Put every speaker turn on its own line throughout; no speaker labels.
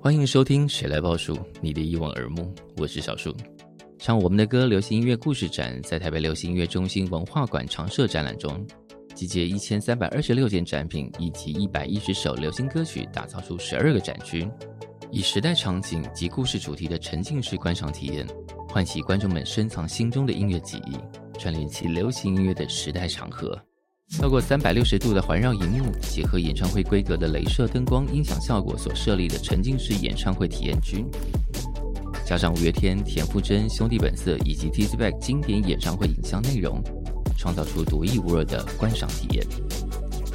欢迎收听《谁来报数》，你的一望而目，我是小树。唱我们的歌流行音乐故事展在台北流行音乐中心文化馆常设展览中，集结一千三百二十六件展品以及一百一十首流行歌曲，打造出十二个展区，以时代场景及故事主题的沉浸式观赏体验，唤起观众们深藏心中的音乐记忆，串联起流行音乐的时代长河。透过三百六十度的环绕荧幕，结合演唱会规格的镭射灯光音响效果所设立的沉浸式演唱会体验区，加上五月天、田馥甄、兄弟本色以及 t z b a c k 经典演唱会影像内容，创造出独一无二的观赏体验。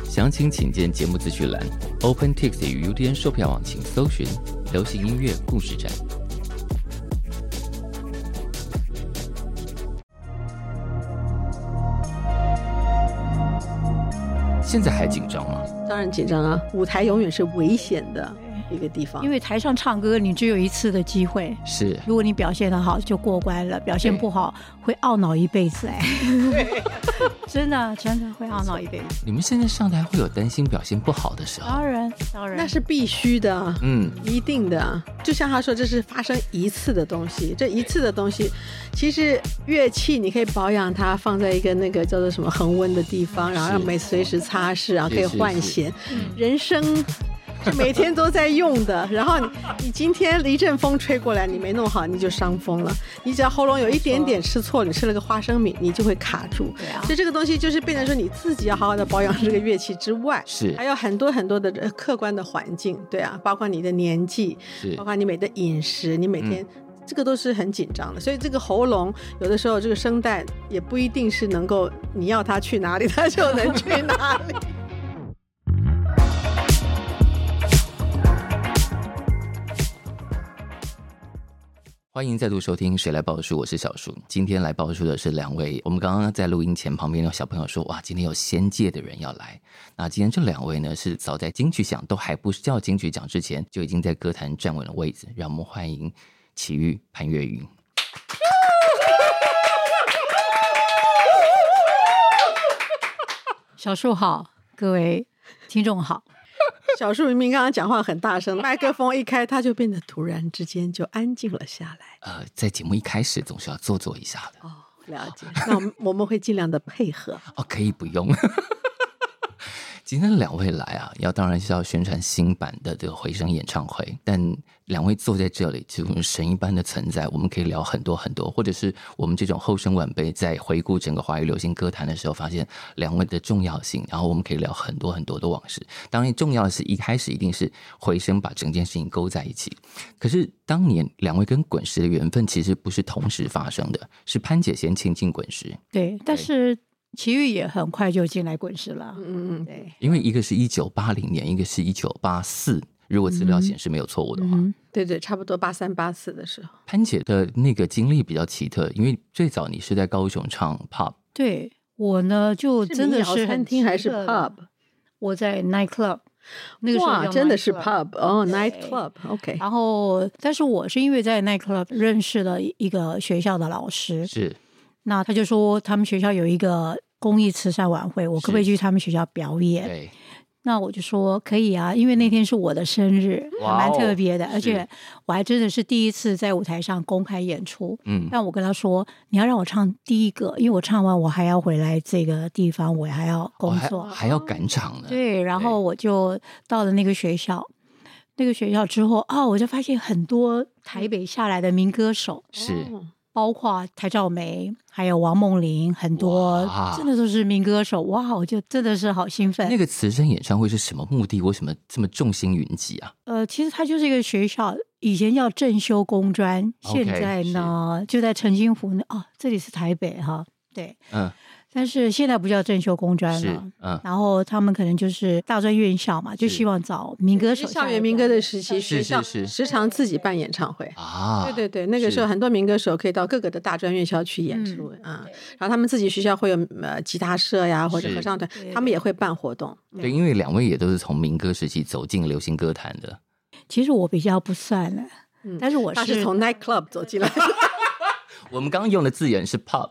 详情请见节目资讯栏，OpenTix 与 UDN 售票网，请搜寻“流行音乐故事展”。现在还紧张吗？
当然紧张啊，舞台永远是危险的一个地方
因。为台上唱歌你只有一次的机会，
是
如果你表现得好就过关了，表现不好会懊恼一辈子哎。 真的真的会懊恼一辈子。
你们现在上台会有担心表现不好的时候
当？然当然，
那是必须的啊，
嗯，
一定的啊。就像他说，这是发生一次的东西，这一次的东西，其实乐器你可以保养它，放在一个那个叫做什么恒温的地方，然后让
是
每随时擦拭，然后可以
是是
换弦。
嗯
人生是每天都在用的， 然后你你今天一阵风吹过来，你没弄好你就伤风了。你只要喉咙有一点点吃错，你吃了个花生米，你就会卡住。
对啊
所以这个东西就是变成说你自己要好好的保养这个乐器之外，
是
还有很多很多的呃客观的环境，对啊，包括你的年纪，
是
包括你每的饮食，你
嗯
每天。这个都是很紧张的，所以这个喉咙有的时候这个声带也不一定是能够你要它去哪里， 它就能去哪里。
欢迎再度收听《谁来报数》，我是小树。今天来报数的是两位，我们刚刚在录音前旁边有小朋友说，哇，今天有仙界的人要来。那今天这两位呢，是早在金曲奖都还不是叫金曲奖之前，就已经在歌坛站稳了位置。让我们欢迎齐豫、潘越云。
小树好，各位听众好，
小树明明刚刚讲话很大声，麦克风一开，他就变得突然之间就安静了下来。
呃，在节目一开始总是要做作一下的，
哦，了解。那我们我们会尽量的配 合。
哦，可以不用。 今天两位来啊，要当然是要宣传新版的这个回声演唱会，但两位坐在这里，就是神一般的存在，我们可以聊很多很多，或者是我们这种后生晚辈在回顾整个华语流行歌坛的时候，发现两位的重要性，然后我们可以聊很多很多的往事。当然，重要的是一开始一定是回声把整件事情勾在一起，可是当年两位跟滚石的缘分其实不是同时发生的，是潘姐先亲近滚石，
对，但是齐豫也很快就进来滚石了，
嗯嗯嗯，
对，
因为一个是一九八零年，一个是一九八四。如果资料显示没有错误的
啊
话，
嗯，
对对，差不多八三八四的时候，
潘姐的那个经历比较奇特，因为最早你是在高雄唱 pop，
对我呢就哦真的
民谣餐
是很
厅还是
奇特的
pub？
我在 night club，那个时候
哇，
叫
真的
night
是
club
pub 哦
对
，night club，OK，、
然后，但是我是因为在 night club 认识了一个学校的老师，
是
那他就说他们学校有一个公益慈善晚会，我可不可以
是
去他们学校表演？
对，嗯
那我就说可以啊，因为那天是我的生日，还
哇哦
蛮特别的，
是
而且我还真的是第一次在舞台上公开演出。
嗯，
但我跟他说，你要让我唱第一个，因为我唱完我还要回来这个地方，我还要
我
工
哦还
作。
还要赶
嗯
场呢，
对，然后我就到了那个学校，那个学校之后啊、我就发现很多台
嗯
北下来的民歌手，
是
哦
包括台照梅，还有王梦玲，很多
哇
真的都是民歌手。哇，我就真的是好兴奋。
那个慈善演唱会是什么目的？为什么这么众星云集啊？
呃，其实它就是一个学校，以前叫正修工专，
OK，
现在呢就在澄清湖那哦，这里是台北哈，对，
嗯，
但是现在不叫正修工专
是
了。
嗯，
然后他们可能就是大专院校嘛，就是希望找民歌手下
校
来
园民歌的
表
时期，
是
学校
是是
时常自己办演唱会。
啊，
对对对，那个
是
时候很多民歌手可以到各个的大专院校去演出、啊，然后他们自己学校会有呃吉他社呀或者
是
合唱团
对对，
他们也会办活动。嗯
对，因为两位也都是从民歌时期走进流行歌坛的，
演。其实我比较不算了，
嗯
但是我
他是
是
从 night club 走进来，
我们刚刚用的字眼是 pop，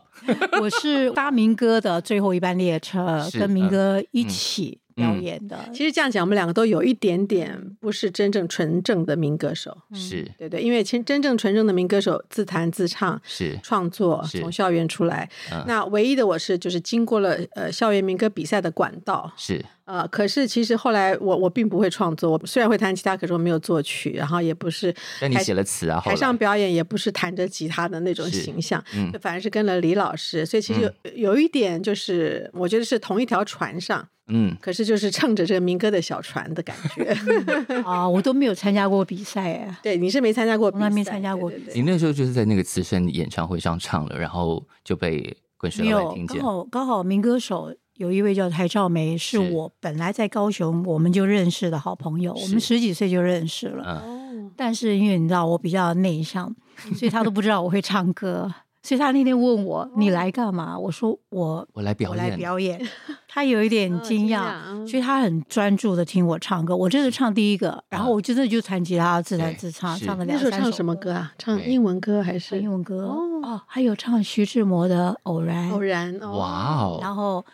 我是搭民歌的最后一班列车，
是
跟民
嗯
歌一起表演的，
其实这样讲，我们两个都有一点点不是真正纯正的民歌手，
是
对对，因为其实真正纯正的民歌手自弹自唱。
是，
创作
是
从校园出来，
嗯
那唯一的我是就是经过了呃校园民歌比赛的管道，
是
呃，可是其实后来我我并不会创作，我虽然会弹吉他，可是我没有作曲，然后也不是
但你
台
写了词啊，后
台
来
上表演也不是弹着吉他的那种
是
形象，
嗯
就反而是跟了李老师，所以其实有、有一点就是，我觉得是同一条船上，
嗯，
可是就是乘着这个民歌的小船的感觉。
啊，我都没有参加过比赛哎，
对，你是没参加过比赛，
从来没参加过
对对对
你那时候就是在那个慈善演唱会上唱了，然后就被滚
没
雪老
有
板听，
刚
见，
好刚好民歌手有一位叫台兆梅，是
是
我本来在高雄我们就认识的好朋友，我们
是
十几岁就认识了，
嗯，
哦，
但是因为你知道我比较内向，所以他都不知道我会唱歌，所以他那天问 我你来干嘛？我说我
我来表
我来
演，
表演， 他有一点
哦
惊
惊
讶，
讶
所以他很专注的听我唱歌。我真的唱第一个，然后我就真的就弹吉他自弹
嗯对
自唱，
是
唱了
那
两
时候
三
唱
首
什么歌啊？唱
对
英文歌还
歌？
是
英文歌
哦
哦，还有唱徐志摩的《偶然》
偶然？哦
哇，哦，
然后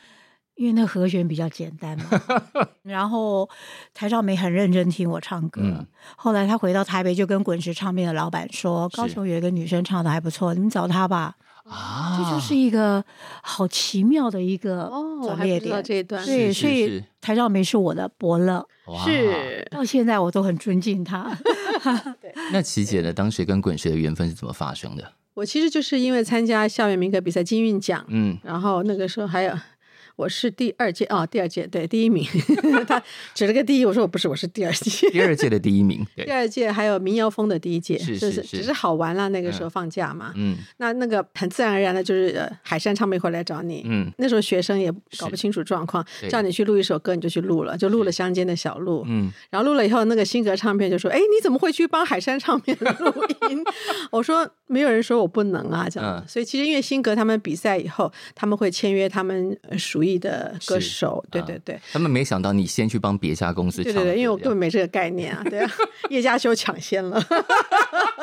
因为那和弦比较简单 嘛，然后台上梅很认真听我唱歌。
嗯
后来他回到台北，就跟滚石唱片的老板说：“
是
高雄有一个女生唱的还不错，你们找她吧。
啊，
这就是一个好奇妙的一个
哦，我
转
还
捩
不知道
点。
这一段
是
对，所以台上梅是我的伯乐，
哇
是
到现在我都很尊 敬他。
那琪姐呢？当时跟滚石的缘分是怎么发生的？
我其实就是因为参加校园民歌比赛金韵奖，
嗯，
然后那个时候还有。我是第二届哦，第二届对第一名， 他指了个第一，我说我不是，我是第二届。
第二届的第一 名，
第
对，
二届还有民谣风的第一届，
是
就是
是
只是好玩啦。那个时候
嗯
放假嘛，
嗯
那那个很自然而然的就是、呃、海山唱片会来找你。
嗯
那时候学生也
是
搞不清楚状况
对，
叫你去录一首歌，你就去录了，就录了《乡间的小路》。
嗯，
然后录了以后，那个新格唱片就说：“哎，你怎么会去帮海山唱片录音？” 我说：“没有人说我不能啊，这样。
嗯
所以其实因为新格他们比赛以后，他们会签约他们呃属意的歌
是
手，对
嗯
对对。
他们没想到你先去帮别家公司
对
唱，
对对，因为我
不
根本没这个概念啊，对啊，叶嘉修抢先了。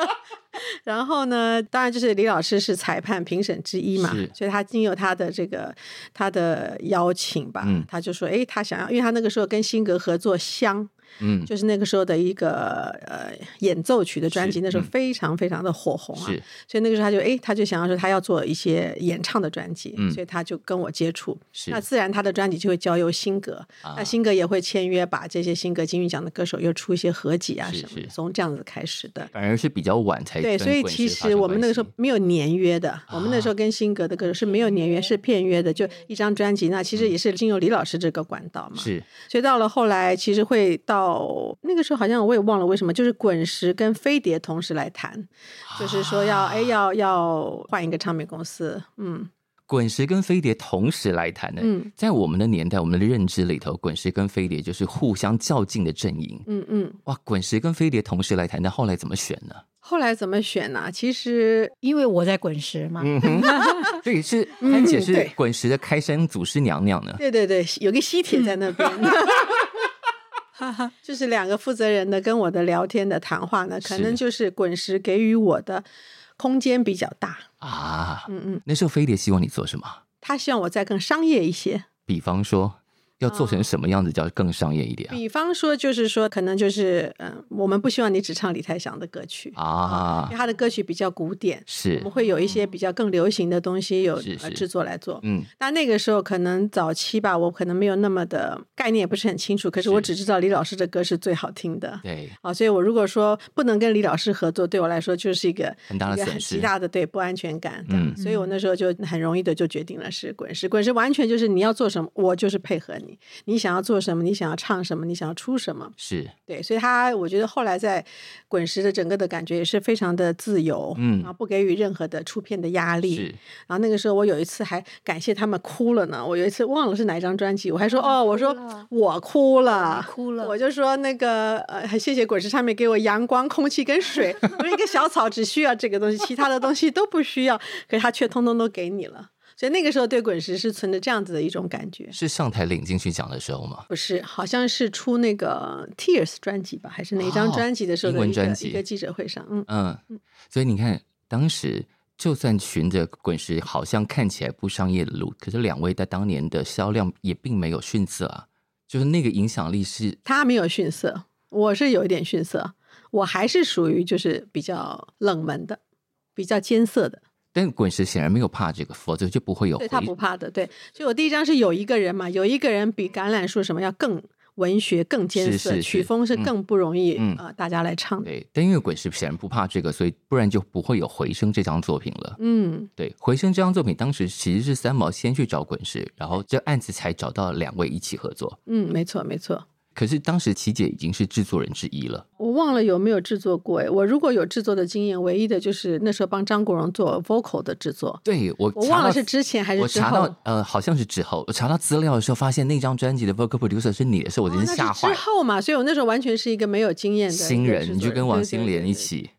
然后呢，当然就是李老师是裁判评审之一嘛
是，
所以他经由他的这个他的邀请吧，
嗯
他就说，哎，他想要，因为他那个时候跟辛格合作《香》，
嗯，
就是那个时候的一个呃演奏曲的专辑，
是
那时候
嗯
非常非常的火红啊，
是
所以那个时候他就哎，他就想要说他要做一些演唱的专辑，
嗯
所以他就跟我接触，
是
那自然他的专辑就会交由辛格，
啊
那辛格也会签约，把这些辛格金曲奖的歌手又出一些合集啊
是
什么
是
的，从这样子开始的。
反而是比较晚才
对，
跟
所以
滚
其
石发
实
生
我们
关
那个时候
系啊
没有年约的，我们那时候跟辛格的歌手是没有年约，是片约的，就一张专辑。那其实也是经由李老师这个管道嘛。
是
所以到了后来，其实会到那个时候，好像我也忘了为什么，就是滚石跟飞碟同时来谈，就是说 要
啊
哎要要换一个唱片公司，嗯
滚石跟飞碟同时来谈的。
嗯
在我们的年代，我们的认知里头，滚石跟飞碟就是互相较劲的阵营。
嗯嗯。
哇，滚石跟飞碟同时来谈，那后来怎么选呢？
后来怎么选呢、其实
因为我在滚石嘛，
嗯哼， 对，是潘姐
嗯
是
对
滚石的开山祖师娘娘呢。
对对对，有个西铁在那边。
嗯
就是两个负责人的跟我的聊天的谈话呢，可
是
能就是滚石给予我的空间比较大。
啊，
嗯嗯，
那时候飞碟希望你做什么？
他希望我再更商业一些，
比方说，要做成什么样子叫更商业一点
啊比方说就是说，可能就是嗯、呃我们不希望你只唱李泰祥的歌曲，
啊
因为？他的歌曲比较古典，我
是
们，会有一些比较更流行的东西有
是是
呃制作来做。
嗯，
那那个时候可能早期吧，我可能没有那么的概念，也不是很清楚。可是
是
我只知道李老师的歌是最好听的，
对，
啊，所以我如果说不能跟李老师合作，对我来说就是一个
很大的
一个
损
很
失
极大的对不安全感。
嗯
嗯，所以我那时候就很容易的就决定了是滚石，滚石完全就是你要做什么，我就是配合你，你想要做什么，你想要唱什么，你想要出什么，
是，
对，所以他我觉得后来在滚石的整个的感觉也是非常的自由，
嗯
然后不给予任何的出片的压力，
是，
然后那个时候我有一次还感谢他们哭了呢，我有一次忘了是哪一张专辑，我还说哦，我说
了
我哭了
你，哭了
我就说那个呃，还谢谢滚石上面给我阳光、空气跟水，我说一个小草只需要这个东西，其他的东西都不需要，可是他却通通都给你了，所以那个时候对滚石是存着这样子的一种感觉。
是上台领进去讲的时候吗？
不是，好像是出那个 Tears 专辑吧，还是哪一张
哦
专辑的时候
英
的
文
一个
专辑
一个记者会上，嗯，
嗯，所以你看，当时就算循着滚石好像看起来不商业的路，可是两位在当年的销量也并没有逊色啊。就是那个影响力是
他没有逊色，我是有一点逊色，我还是属于就是比较冷门的，比较艰涩的。
但滚石显然没有怕这个，否则就不会有回
对他不怕的，对。所以我第一张是有一个人嘛，有一个人比橄榄树什么要更文学、更艰
是
涩，
是是
曲风是
嗯
更不容易、
嗯
呃大家来唱的。
对，但因为滚石显然不怕这个，所以不然就不会有《回声》这张作品了。
嗯，
对，《回声》这张作品当时其实是三毛先去找滚石，然后这案子才找到两位一起合作。
嗯，没错没错，
可是当时琪姐已经是制作人之一了，
我忘了有没有制作过哎，我如果有制作的经验，唯一的就是那时候帮张国荣做 vocal 的制作，
对我
我
查
忘了
到
是之前还是
我
之
查
后
到。呃好像是之后，我查到资料的时候发现那张专辑的 vocal producer 是你的时候，我
哦
真
那
吓
是
坏
之。后嘛，所以我那时候完全是一个没有经验的一个
新
制
人，
作
你就跟王
对对
心
对
莲一
对
起，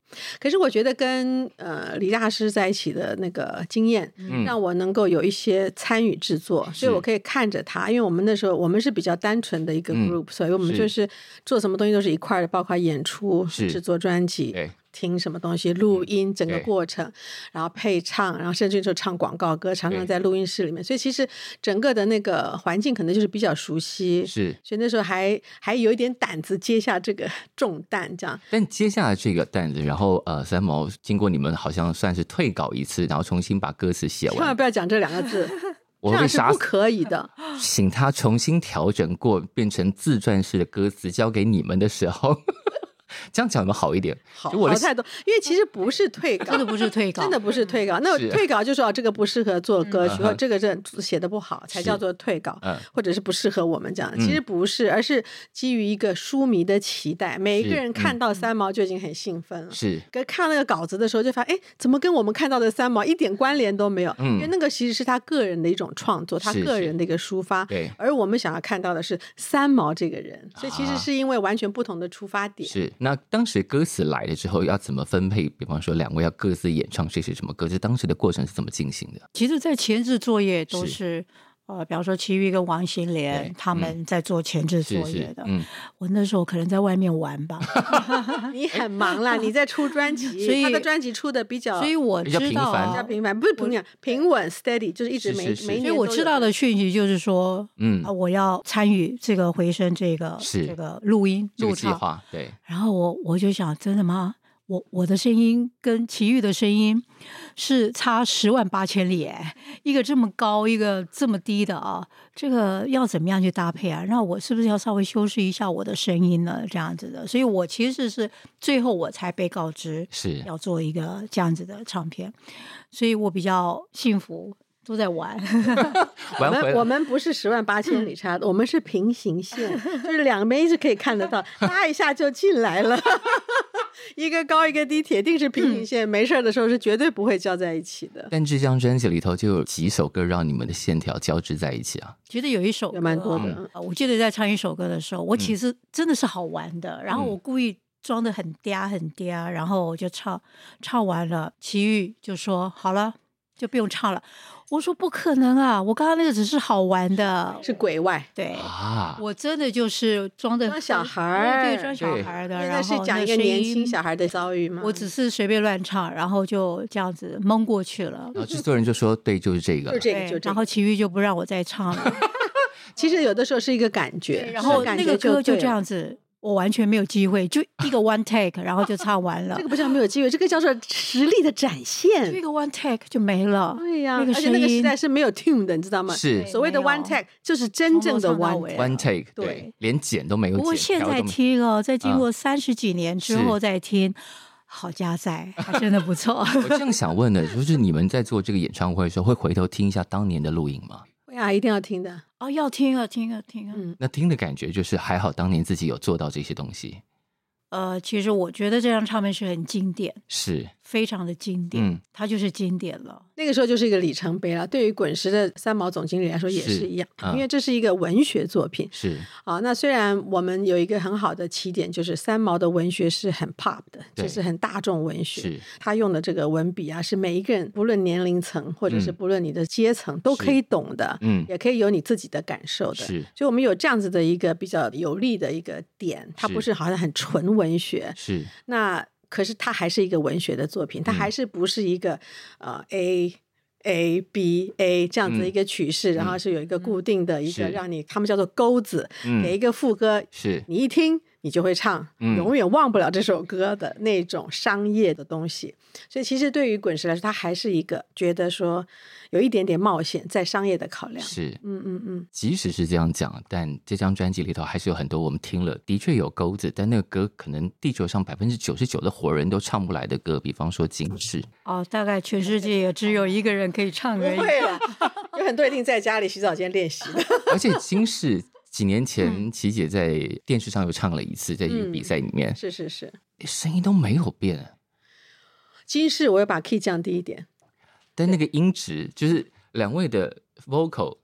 可是我觉得跟呃李大师在一起的那个经验，
嗯
让我能够有一些参与制作，所
是
以我可以看着他，因为我们那时候我们是比较单纯的一个
嗯
group，、所以我们
是
就是做什么东西都是一块儿的，包括演出、
是
制作专辑。
对，
听什么东西，录音整个
嗯对
过程，然后配唱，然后甚至就唱广告歌，常
对
常在录音室里面，所以其实整个的那个环境可能就是比较熟悉，
是。
所以那时候还还有一点胆子接下这个 重担，这样
但接下来这个担子，然后呃，三毛经过你们好像算是退稿一次，然后重新把歌词写
千万
完，
不要讲这两个 字，
我
这
会被
样是
杀
不
死。
可以的。
请他重新调整过，变成自传式的歌词交给你们的时候， 这样讲有没有好一点？
好，
就我的
好太多，因为其实不是退稿，
真的不是退稿，
真的不是退稿。那
是
退稿就说啊，这个不适合做歌曲，
嗯
或者这个这写的不好，才
是
叫做退稿，
嗯
或者是不适合我们这样。
嗯
其实不是，而是基于一个书迷的期待，每一
是嗯
个人看到三毛就已经很兴奋了。
是
可看那个稿子的时候，就发现，哎，怎么跟我们看到的三毛一点关联都没有？
嗯
因为那个其实是他个人的一种创作，他
是
个
是
人的一个抒发。
对
而我们想要看到的是三毛这个人，所以其
啊
实是因为完全不同的出发点。
是。那当时歌词来了之后，要怎么分配？比方说两位要各自演唱这是什么歌？这当时的过程是怎么进行的？
其实，在前置作业都
是
是呃，比方说齐豫跟王心
对
莲他
嗯
们在做前置
是
作业
是
的。，
嗯，
我那时候可能在外面玩 吧，
你
哎
很忙 啦，你在出专辑，
所以
他的专辑出的比较
所以我
比较
知
频
道
繁
比较
啊，
平凡，不是平稳平稳 steady，就是一直
是
每
是是
每一
所
年
以
都有
我知道的讯息就是说，
嗯
啊，我要参与这个回声这个
是
这个录音
这个
录
计
唱，
划对，
然后我我就想，真的吗？我我的声音跟齐豫的声音是差十万八千里哎，一个这么高，一个这么低的啊，这个要怎么样去搭配啊？那我是不是要稍微修饰一下我的声音呢？这样子的，所以我其实是最后我才被告知
是
要做一个这样子的唱片，所以我比较幸福，都在玩。
我
玩回
们
来
我们不是十万八千里差的，我们是平行 线，就是两边是可以看得到，拉一下就进来了， 一个高一个低，铁定是平行线，
嗯
没事儿的时候是绝对不会交在一起的。
但这张专辑里头就有几首歌让你们的线条交织在一起啊，
觉得有一首歌
有蛮多的嗯
啊我记得在唱一首歌的时候，我
嗯
其实真的是好玩的，然后我故意装的很嗲很嗲，然后我就唱，唱完了，齐豫就说好了，就不用唱了。我说不可能啊，我刚刚那个只是好玩的，
是鬼外，
对。
啊，
我真的就是装的
装小孩儿
对，装小
对
孩儿的，然
那
后
是讲一个
那声
年
音
轻小孩的遭遇吗？
我只是随便乱唱，然后就这样子蒙过去了。
然后制作人就说，对，就是这个
就
了，
嗯这个
对
就这
然后
个，
齐豫就不让我再唱了。
其实有的时候是一个感觉，
然后
感
那
觉
个歌就
对
这
了。
样子，我完全没有机会，就一个 one take，然后就唱完了
这，个不叫没有机会，这个叫做实力的展现
就。一个 one take 就没了。
对呀、
那个
而且
声
那个时
音
代是没有 tune 的，你知道吗？
是
对
所谓的
没有
one take 就是真正的
从头唱到
one
尾
take。
one take，
对
对，连剪都没有
不过
剪，
现
调
在
都没
听哦，在经
嗯
过三十几年之后
是
再听，好加载，还真的不错。
我正想问呢，就是你们在做这个演唱会的时候，会回头听一下当年的录音吗？
对啊，一定要听的。
哦，要听啊，听啊，听啊。
嗯
那听的感觉就是还好，当年自己有做到这些东西，
呃，其实我觉得这张唱片是很经典，
是，
非常的经典，
嗯，
它就是经典了。
那个时候就是一个里程碑了，对于滚石的三毛总经理来说也
是
是一样，
嗯
因为这是一个文学作品
是，
啊。那虽然我们有一个很好的起点，就是三毛的文学是很 pop 的，
对
就是很大众文学。
是，
他用的这个文笔啊，是每一个人不论年龄层，或者是
嗯
不论你的阶层，都可以懂的，
嗯，
也可以有你自己的感受的。
是，
所以我们有这样子的一个比较有利的一个点，它
是
不是好像很纯文学，
是，
那可是它还是一个文学的作品，它
嗯
还是不是一个、呃 A A B A 这样子的一个曲式，然后是有一个固定的一个
嗯是
让你他们叫做钩子，给
嗯，
一个副歌，
是，
你一听你就会唱，
嗯
永远忘不了这首歌的那种商业的东西。所以其实对于滚石来说，它还是一个觉得说有一点点冒险在商业的考量。
是。
嗯嗯嗯，
即使是这样讲，但这张专辑里头还是有很多我们听了的确有钩子，但那个歌可能地球上百分之九十九的活人都唱不来的歌，比方说《警示》。
哦，大概全世界也只有一个人可以唱而
不
已。
会啊了，有很多一定在家里洗澡间练习 的。
而且金氏几年前，琪姐在电视上又唱了一次，在一个比赛里面，
是是是，
声音都没有变，
今世我要把 key 降低一点。
但那个音质就是两位的 vocal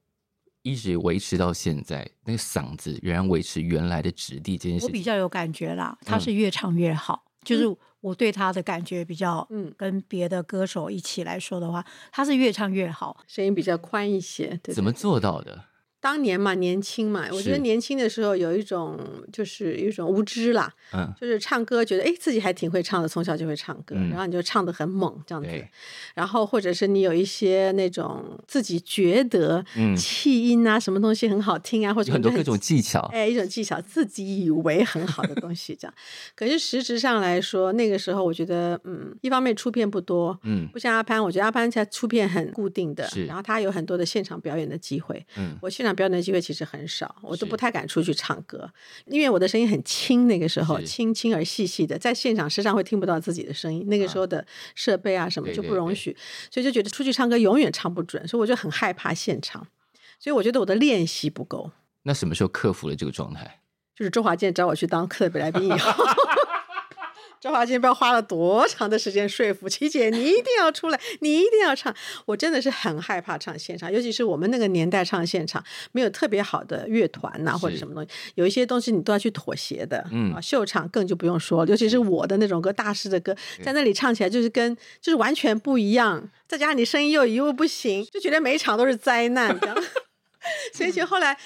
一直维持到现在，那个嗓子仍然维持原来的质地这件事
我
情。
比较有感觉啦，他
嗯
是越唱越好，就是我对他的感觉比较，
嗯
跟别的歌手一起来说的话，他是越唱越好。
声音比较宽一些，对对
怎么做到的？
当年嘛，年轻嘛，我觉得
是
年轻的时候有一种就是有一种无知啦，
嗯，
就是唱歌觉得哎自己还挺会唱的，从小就会唱歌，
嗯
然后你就唱的很猛这样子，
对，
然后或者是你有一些那种自己觉得
嗯
气音啊、什么东西很好听啊，或者
有很多
你
各种技巧。
哎，一种技巧，自己以为很好的东西，这样。可是实质上来说，那个时候我觉得，嗯，一方面出片不多，
嗯
不像阿潘，我觉得阿潘他出片很固定的
是，
然后他有很多的现场表演的机会。
嗯，
我现场表演的机会其实很少，我都
是
不太敢出去唱歌，因为我的声音很轻，那个时候
是
轻轻而细细的，在现场实际上会听不到自己的声音，那个时候的设备啊什么
啊对
就
对
不容
对
许，所以就觉得出去唱歌永远唱不准，所以我就很害怕现场，所以我觉得我的练习不够。
那什么时候克服了这个状态？
就是周华健找我去当特别来宾以后。 周华健不知道花了多长的时间说服琪姐，你一定要出来，你一定要唱。我真的是很害怕唱现场，尤其是我们那个年代唱现场，没有特别好的乐团呐、或者
是
什么东西，有一些东西你都要去妥协的。
嗯
啊，秀场更就不用说了，尤其是我的那种歌，大师的歌，在那里唱起来就是跟就是完全不一样，再加上你声音又又不行，就觉得每一场都是灾难，这样。 所以就后来，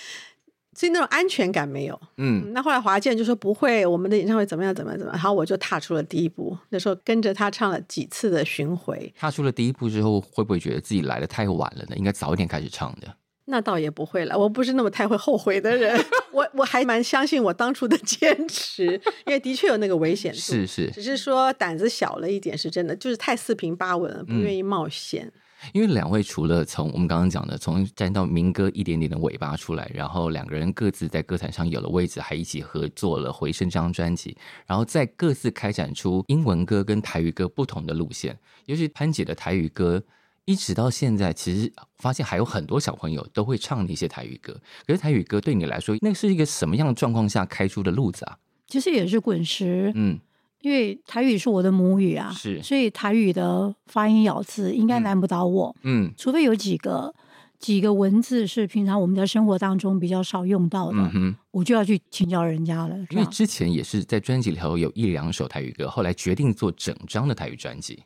所以那种安全感没有。
嗯，
那后来华健就说不会，我们的演唱会怎么样怎么样怎么样，然后我就踏出了第一步。那时候跟着他唱了几次的巡回，
踏出了第一步之后，会不会觉得自己来的太晚了呢？应该早一点开始唱的。
那倒也不会了，我不是那么太会后悔 的人，我我还蛮相信我当初的坚持，因为的确有那个危险度，
是是，
只是说胆子小了一点，是真的，就是太四平八稳了，
嗯
不愿意冒险。
因为两位除了从我们刚刚讲的从站到民歌一点点的尾巴出来，然后两个人各自在歌坛上有了位置，还一起合作了《回声》这张专辑，然后再各自开展出英文歌跟台语歌不同的路线。尤其潘姐的台语歌，一直到现在，其实发现还有很多小朋友都会唱那些台语歌。可是台语歌对你来说，那是一个什么样的状况下开出的路子啊？
其实也是滚石，
嗯，
因为台语是我的母语啊，
是
所以台语的发音咬字应该
嗯
难不倒我，
嗯
除非有几个几个文字是平常我们在生活当中比较少用到的，
嗯哼，
我就要去请教人家了。这
因为
样
之前也是在专辑里头有一两首台语歌，后来决定做整张的台语专辑。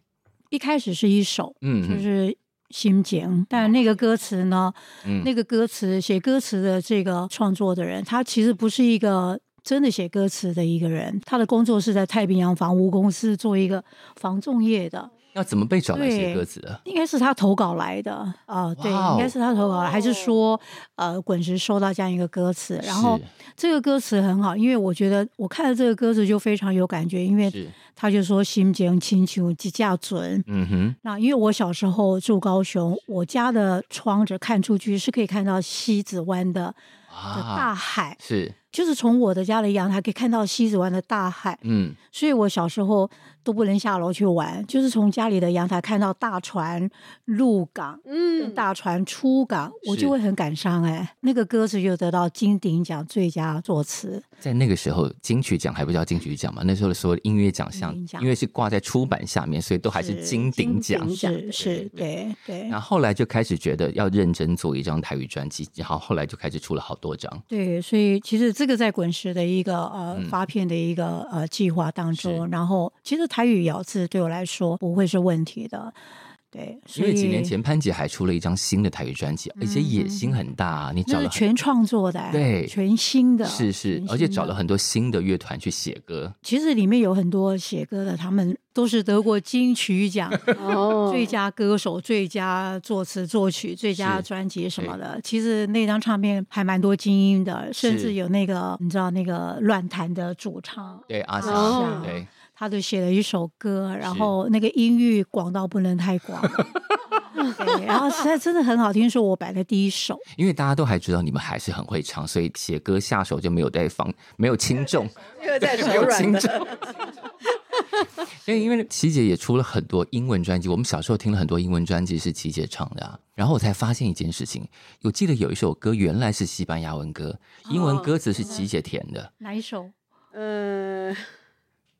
一开始是一首，
嗯哼，
就是心情，但那个歌词呢，
嗯
那个歌词写歌词的这个创作的人，他其实不是一个。真的写歌词的一个人，他的工作是在太平洋房屋公司做一个防重业的，
要怎么被找来写
对
歌词的？
应该是他投稿来的啊、对，
哇哦
应该是他投稿来，还是
哦
说呃，滚石收到这样一个歌词，然后这个歌词很好，因为我觉得我看了这个歌词就非常有感觉，因为
是，是
他就说心情清秋几架准，
嗯哼，
那因为我小时候住高雄，我家的窗子看出去是可以看到西子湾的的大
啊，
海，
是，
就是从我的家的阳台可以看到西子湾的大海，
嗯，
所以我小时候都不能下楼去玩，就是从家里的阳台看到大船入港。
嗯，
大船出港，我
是
就会很感伤哎、那个歌词就得到金鼎奖最佳作词，
在那个时候，金曲奖还不叫金曲奖嘛，那时候的所有音乐奖项
金鼎，奖
因为是挂在出版下面，所以都还是
是
金鼎
金
奖。
鼎奖
是是，
对
对对
嗯然后后来就开始觉得要认真做一张台语专辑，然后后来就开始出了好多张。
对，所以其实这个在滚石的一个呃、
嗯
发片的一个呃计划当
是
中，然后其实台语咬字对我来说不会是问题的。对，所
因为
以
几年前潘姐还出了一张新的台语专辑，而哎且野心很大啊，你找
那是
了很
全创作的，
对
全新的，
是是
全，
而且
新
找
的
了很多新的乐团去写歌，
其实里面有很多写歌的，他们都是得过金 曲奖
哦
最佳歌手、最佳作词作曲、最佳
是
专辑什么的。其实那张唱片还蛮多精英的，甚
是
至有那个你知道那个乱弹的主唱，
对阿霞，
哦
对
他就写了一首歌，然后那个音域广到不能 太广。对，然后实在真的很好听，是我摆的第一首。
因为大家都还知道你们还是很会唱，所以写歌下手就没有在防，没有轻重，
又 在
没
手
有
软
轻
的，
重。因为因为琪姐也出了很多英文专辑，我们小时候听了很多英文专辑是琪姐唱的啊。然后我才发现一件事情，我记得有一首歌原来是西班牙文歌，英
哦
文歌词是琪姐填的，
哪一首？
呃，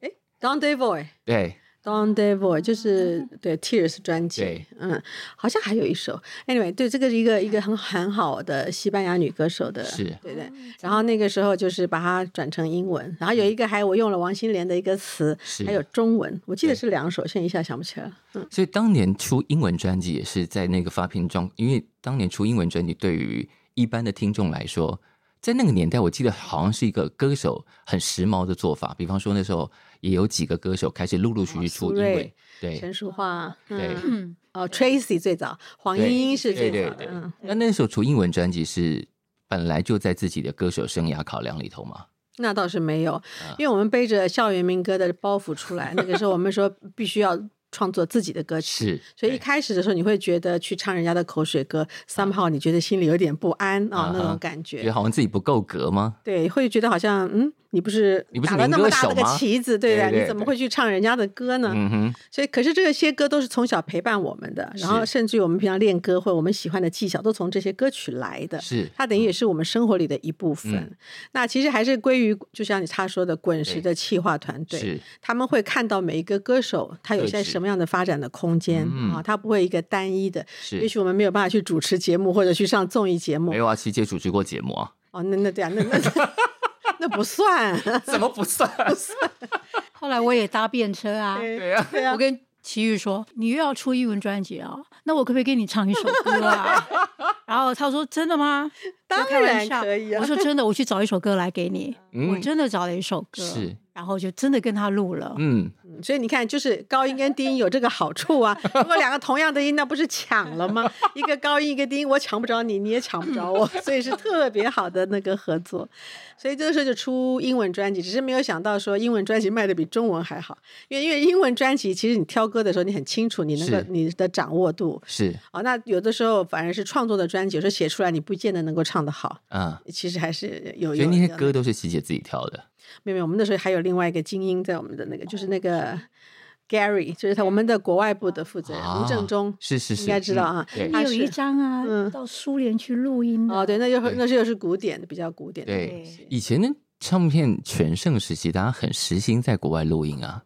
哎，Don Devoy。
对
Don Devil 就是对 Tears 专
对
辑，嗯，好像还有一首。Anyway，对，这个是一个一个很很好的西班牙女歌手的，
是
对对。然后那个时候就是把它转成英文，然后有一个还我用了王心莲的一个词
嗯是，
还有中文，我记得
对
是两首，现在一下想不起来了。
所以当年出英文专辑也是在那个发片状，因为当年出英文专辑对于一般的听众来说，在那个年代，我记得好像是一个歌手很时髦的做法。比方说那时候也有几个歌手开始陆陆续续出
哦苏
英文
芮，
对
陈淑桦，
对
嗯，
嗯，
哦，Tracy 最早，黄
对
莺莺是
对
最
对
早的，
对
嗯。。
那那时候出英文专辑是本来就在自己的歌手生涯考量里头嘛？
那倒是没有，
嗯
因为我们背着校园民歌的包袱出来，那个时候我们说必须要创作自己的 歌曲，
是，
所以一
对
开始的时候，你会觉得去唱人家的口水歌，somehow 你觉得心里有点不安啊、
啊哈
那种感
觉得
觉。
好像自己不够格吗？
对，会觉得好像嗯，你不是
你不是
打了
民
那么
歌
大
手
的个
吗
旗子，对
对
的，
对
你怎么
对
会去唱人家的歌呢？
嗯哼，
所以，可是这些歌都是从小陪伴我们的，然后
是
甚至于我们平常练歌或者我们喜欢的技巧，都从这些歌曲来的。
是
它等于也是我们生活里的一部分。
嗯
那其实还是归于，就像你他说的，滚石
对
的企划团队，
是
他们会看到每一个歌手他有
特
些
质
什么样的发展的空间
嗯
啊，他不会一个单一的。也
是，
许我们没有办法去主持节目或者去上综艺节目
没。有啊，琪姐主持过节目啊，
哦，那那对啊，那 那那不算。
怎么不算？
后来我也搭便车啊。
对
对啊。
对啊
我，跟齐豫说：“你又要出英文专辑啊？那我可不可以给你唱一首歌啊？” 然后他说：“真的吗？”
当
就开玩
然
笑
可以啊
我说：“真的，我去找一首歌来给你。
嗯
我真的找了一首歌，
是，
然后就真的跟他录了。
嗯，
嗯 所以你看，就是高音跟低音有这个好处 啊。如果两个同样的音，那不是抢了吗？一个高音，一个低音，我抢不着你，你也抢 不着我，所以是特别好的那个合作。所以这个时候就出英文专辑，只是没有想到说英文专辑卖的比中文还好，因为因为英文专辑其实你挑歌的时候，你很清楚你那个
是
你的掌握度。
是，
哦，那有的时候反而是创作的专辑，有时候写出来你不见得能够唱得好，
嗯，
其实还是有
所以
有
那些
有
歌都是琪姐自己挑的。
没有，没有，我们那时候还有另外一个精英在我们的那个，就是那个 Gary，就是他我们的国外部的负责人
哦啊
吴正中，
是是是，
应该知道啊
嗯对，
你
他
有
是
一张啊，
嗯
到苏联去录音啊的
哦，对，那就
对
是那是又是古典的，比较古典的
对
东西。
以前的唱片全盛时期，大家很时兴在国外录音啊，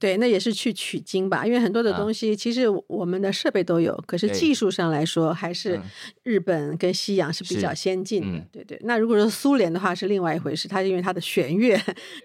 对，那也是去取经吧，因为很多的
啊
东西、其实我们的设备都有，可是
对
技术上来说还是
嗯
日本跟西洋是比
是
较先进的。
嗯
对对，那如果说苏联的话是另外一回事，它因为它的弦乐、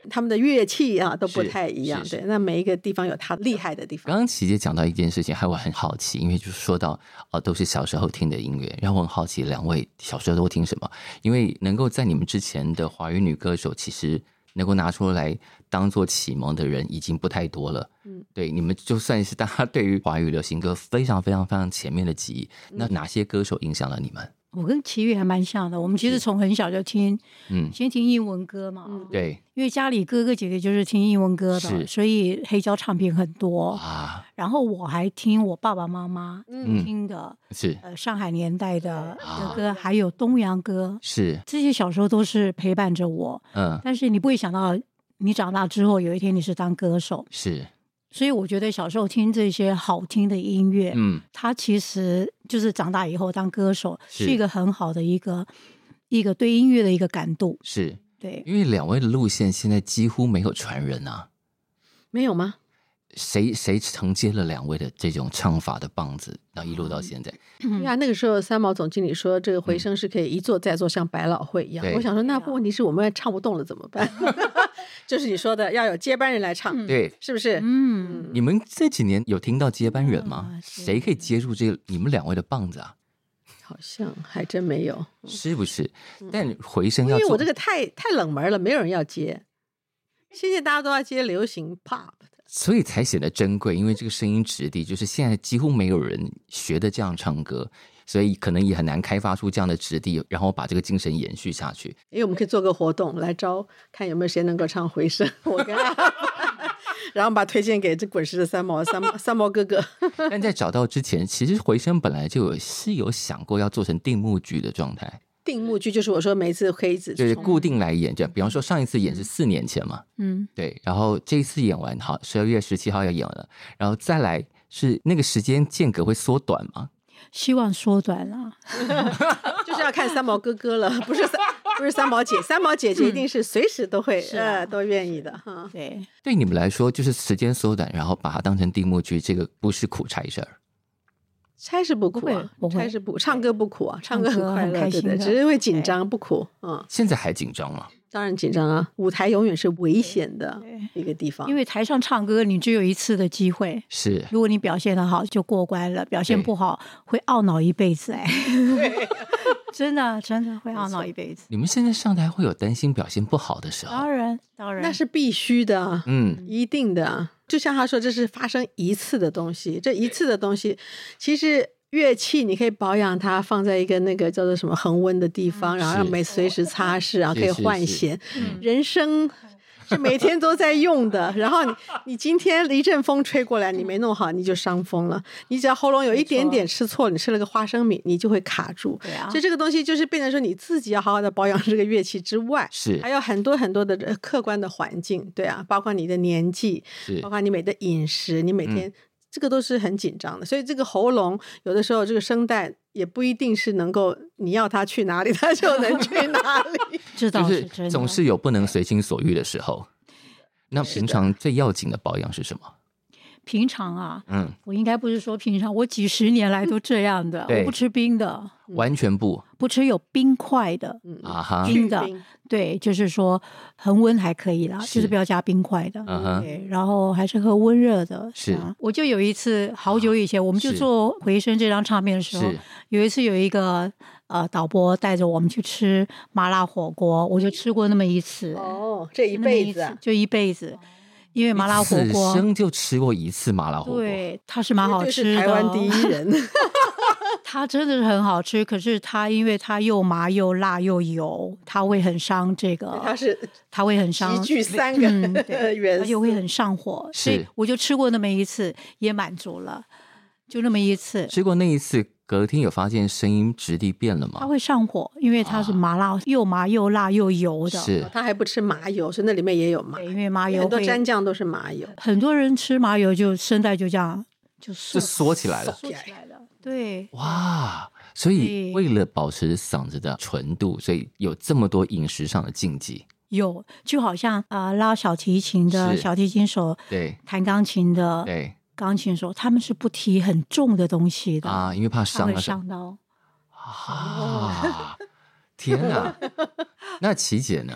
他们的乐器啊都不
是
太
是
一样。
是
对，那每一个地方有它厉害的地方。
刚刚琪姐讲到一件事情，害我很好奇，因为就是说到呃，都是小时候听的音乐，让我很好奇两位小时候都听什么？因为能够在你们之前的华语女歌手，其实能够拿出来当做启蒙的人已经不太多了。嗯
嗯，
对，你们就算是大家对于华语流行歌非常非常非常前面的记忆，
嗯
那哪些歌手影响了你们？
我跟齐豫还蛮像的，我们其实从很小就听，
嗯，
先听英文歌嘛，
嗯
对
因为家里哥哥姐姐就是听英文歌
是
的，所以黑胶唱片很
哦
多。
啊，
然后我还听我爸爸妈妈
嗯
听的，
是
呃，上海年代的
啊
的歌，还有东洋歌，
是，
这些小时候都是陪伴着我。
嗯，
但是你不会想到，你长大之后有一天你是当歌手，
是，
所以我觉得小时候听这些好听的音乐，
嗯，
它其实就是长大以后当歌手
是
是一个很好的一个一个对音乐的一个感度。
是
对，
因为两位的路线现在几乎没有传人啊。
没有 吗？
谁谁承接了两位的这种唱法的棒子，然后一路
嗯
到现在，
对啊，那个时候三毛总经理说，这个回声是可以一做再做，像百老汇一样
嗯对。
我想说，那
对啊
不问题是我们唱不动了怎么办？ 就是你说的要有接班人来唱，
嗯
对，
是不是？
嗯，
你们这几年有听到接班人吗？
嗯
啊是
谁可以接住这你们两位的棒子啊？
好像还真没有，
是不是？但回声
嗯因
要
为
做
我这个太太冷门了，没有人要接。现在大家都要接流行 pop 的，
所以才显得珍贵，因为这个声音质地就是现在几乎没有人学的这样唱歌，所以可能也很难开发出这样的质地，然后把这个精神延续下去。
因为我们可以做个活动来招，看有没有谁能够唱回声。我跟阿凡， 然后把推荐给这滚石的三毛三毛三毛哥哥。
但在找到之前，其实回声本来就有是有想过要做成定目剧的状态，
定目剧就是我说每一次可以一直
就是
重
固定来演这样。比方说上一次演是四年前嘛，
嗯，
对，然后这一次演完，好，十二月十七号要演完了，然后再来是那个时间间隔会缩短嘛？
希望缩短啦。
就是要看三毛哥哥了，不是三不是三毛姐，三毛姐姐一定是随时都会、
是啊
呃都愿意的哈。
对，
对你们来说，就是时间缩短，然后把它当成定目剧，这个不是苦差事儿。
拆是不苦啊，
不会不会
拆是不唱歌不苦啊，唱歌很快
唱歌
乐，
很开
对
心
不
的
对？只是会紧张不苦，嗯，
现在还紧张吗？
当然紧张啊，舞台永远是危险的
对
一个地方，
因为台上唱歌你只有一次的机会，
是，
如果你表现的好就过关了，表现
对
不好会懊恼一辈子哎。 真的真的会懊恼一辈子。
你们现在上台会有担心表现不好的时候
当？然当然，
那是必须的啊，
嗯，
一定的啊。就像他说，这是发生一次的东西，这一次的东西，其实乐器你可以保养它，放在一个那个叫做什么恒温的地
嗯
方，然后让
是
每随时擦拭，
哦
然后可以
是是
换
是
弦。
嗯
人生是每天都在用 的。然后你你今天一阵风吹过来，你没弄好，你就伤风了。你只要喉咙有一点点吃错，你吃了个花生米，你就会卡住。
对啊
所以这个东西就是变成说你自己要好好的保养这个乐器之外。
是
还有很多很多的呃客观的环境，对啊，包括你的年纪，
是
包，括你每的饮食，你每
嗯
天、这个都是很紧张的，所以这个喉咙有的时候这个声带也不一定是能够你要它去哪里， 它就能去哪 里。
知道
就是
真的，
是总是有不能随心所欲的时候。那平常最要紧的保养是什么？
平常啊。
嗯，
我应该不是说平常，我几十年来都这样的，
对
我不吃冰的，
完全不
不吃有冰块的，
嗯
啊哈，
冰的，对，就是说恒温还可以啦，
是
就是不要加冰块的。
嗯哼，
对，然后还是喝温热的。
是
啊我就有一次，好久以前，我们就是做《回声》这张唱片的时候
是，
有一次有一个呃导播带着我们去吃麻辣火锅，我就吃过那么一次，
哦，这一
那么
辈子
一次
啊，
就一辈子，因为麻辣火
此
锅，
生就吃过一次麻辣火锅，
对，它是蛮好
绝对
吃
是
的，哦
台湾第一人。
它真的是很好吃，可是它因为它又麻又辣又油，它会很伤这个，
他是
它会很
集
伤。
聚三
嗯，
个
对，
元
而且
素，
会很上火，所以
是
我就吃过那么一次，也满足了，就那么一次。
吃过那一次，隔天有发现声音质地变了
它
吗？
会上火，因为它是
啊
麻辣，又麻又辣又油的。，
是
哦他还不吃麻油，所以那里面也有麻
对，，因为麻油
很多
会
蘸酱都是麻油。
很多人吃麻油就声带就这样就缩
就缩起来了
缩起来了。对，
哇！所以
对
为了保持嗓子的纯度，所以有这么多饮食上的禁忌。
有就好像啊、呃拉小提琴的
是
小提琴手，
对
弹钢琴的
对
钢琴手，他们是不提很重的东西的，
啊，因为怕
他
伤
会
啊什么
上到。
啊！天 哪！那琪姐呢？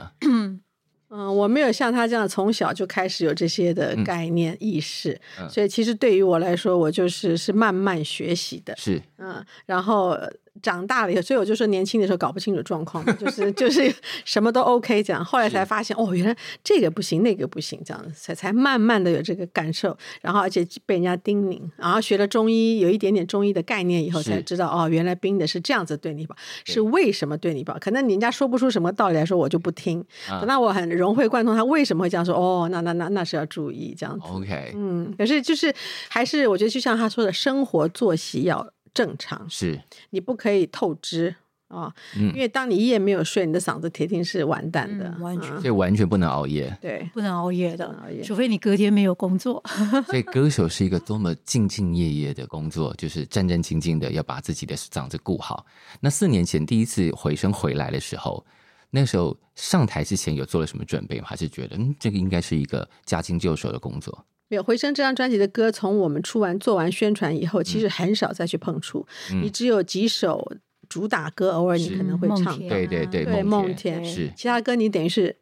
嗯，我没有像他这样从小就开始有这些的概念意识，
嗯
所以其实对于我来说，我就是是慢慢学习的。
是
嗯，然后呃长大了以后，所以我就说年轻的时候搞不清楚状况嘛， 就是就是什么都 OK 这样。后来才
是
发现，哦，原来这个不行，那个不行，这样才才慢慢的有这个感受。然后而且被人家叮咛，然后学了中医，有一点点中医的概念以后，
是
才知道哦，原来冰的是这样子对你不好，
对
是为什么对你不好？可能人家说不出什么道理来说，我就不听。
啊
等到我很融会贯通，他为什么会这样说？哦，那那那那是要注意这
哦
样子。
OK，
嗯，可是就是还是我觉得就像他说的，生活作息要正常，
是
你不可以透支啊、
嗯
因为当你一夜没有睡，你的嗓子铁定是完蛋的，
嗯完全
啊
所以完全不能熬夜。
对。
不能熬夜
不
的
能熬夜
除非你隔天没有工作。
所以歌手是一个多么兢兢业业的工作，就是战战兢兢的要把自己的嗓子顾好。那四年前第一次回声回来的时候，那时候上台之前有做了什么准备吗？还是觉得嗯，这个应该是一个驾轻就熟的工作？
没有《回声》这张专辑的歌，从我们出完做完宣传以后，其实很少再去碰触，
嗯
你只有几首主打歌，偶尔你
是
可能会
梦
唱
天
到。
对对对，
对
梦
梦田
是
其他歌你等于是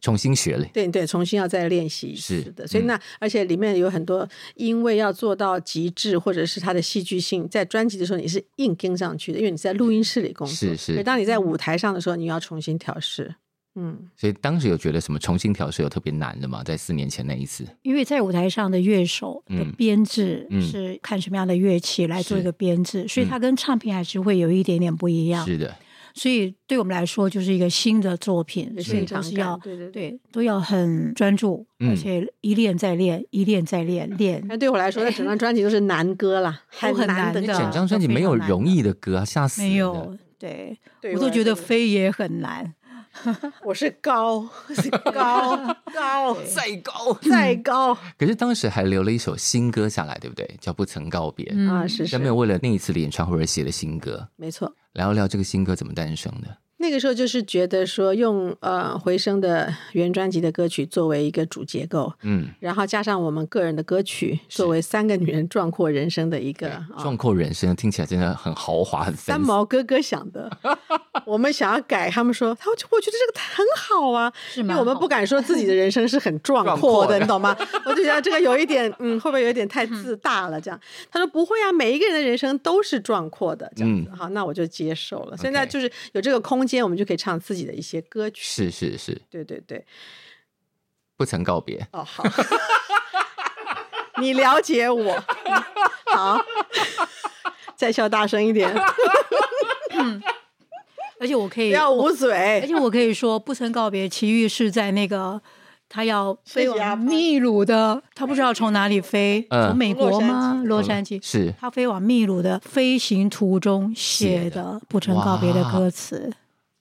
重新学嘞。
对对，重新要再练习一次
是
的。所以
嗯
那、而且里面有很多，因为要做到极致或者是它的戏剧性，在专辑的时候你是硬跟上去的，因为你在录音室里工作。
是
所以
是，
当你在舞台上的时候，你要重新调试。嗯，
所以当时有觉得什么重新调试有特别难的吗？在四年前那一次，
因为在舞台上的乐手的
嗯
编制
嗯
是看什么样的乐器来做
是
一个编制，所以
嗯
它跟唱片还是会有一点点不一样。
是的，
所以对我们来说就是一个新的作品，
有
所以
现
都
场
是
感
要
对对。
对都要很专注，
嗯
而且一练再练，一练再练，练
那对我来说，那整张专辑都是难歌啦，很
都很
难的
难的
歌
整张专辑没有容易的歌啊，吓死人了
没有。对
对
我
我
都
来
觉得
说
飞也很难，
我是 高，是高高
再高。
再高
可是当时还留了一首新歌下来，对不对？叫《不曾告别》。
嗯
啊，是
下
是
面为了那一次的演唱会而写的新歌，
没错。
聊一聊这个新歌怎么诞生的。
那个时候就是觉得说用呃回声的原专辑的歌曲作为一个主结构，
嗯，
然后加上我们个人的歌曲作为三个女人壮阔人生的一个
对
啊
壮阔人生听起来真的很豪华，很
三
fancy
毛哥哥想 的，我们想要改，他们说，他我觉得这个很好啊，
是
因
吗？
为我们不敢说自己的人生是 很壮
壮
阔
阔
的，
的
你懂吗？我就觉得这个有一 点，嗯，会不会有一点太自大了？这样，他说不会啊，每一个人的人生都是壮阔的，这样子，好，那我就接受了。现在
OK
就是有这个空间，我们就可以唱自己的一些歌曲。
是是是，
对对对，
不曾告别。
哦好， 你了解我，好，再笑大声一点，
而且我可
不
以，
要
而
捂嘴。
且我可以说，不曾告别，奇遇是在那个。他要飞
是呀
往秘鲁的，他不知道从哪里飞，
嗯
从美国吗？洛杉矶。
是
他飞往秘鲁的飞行途中写
写
的《不曾告别》的歌词，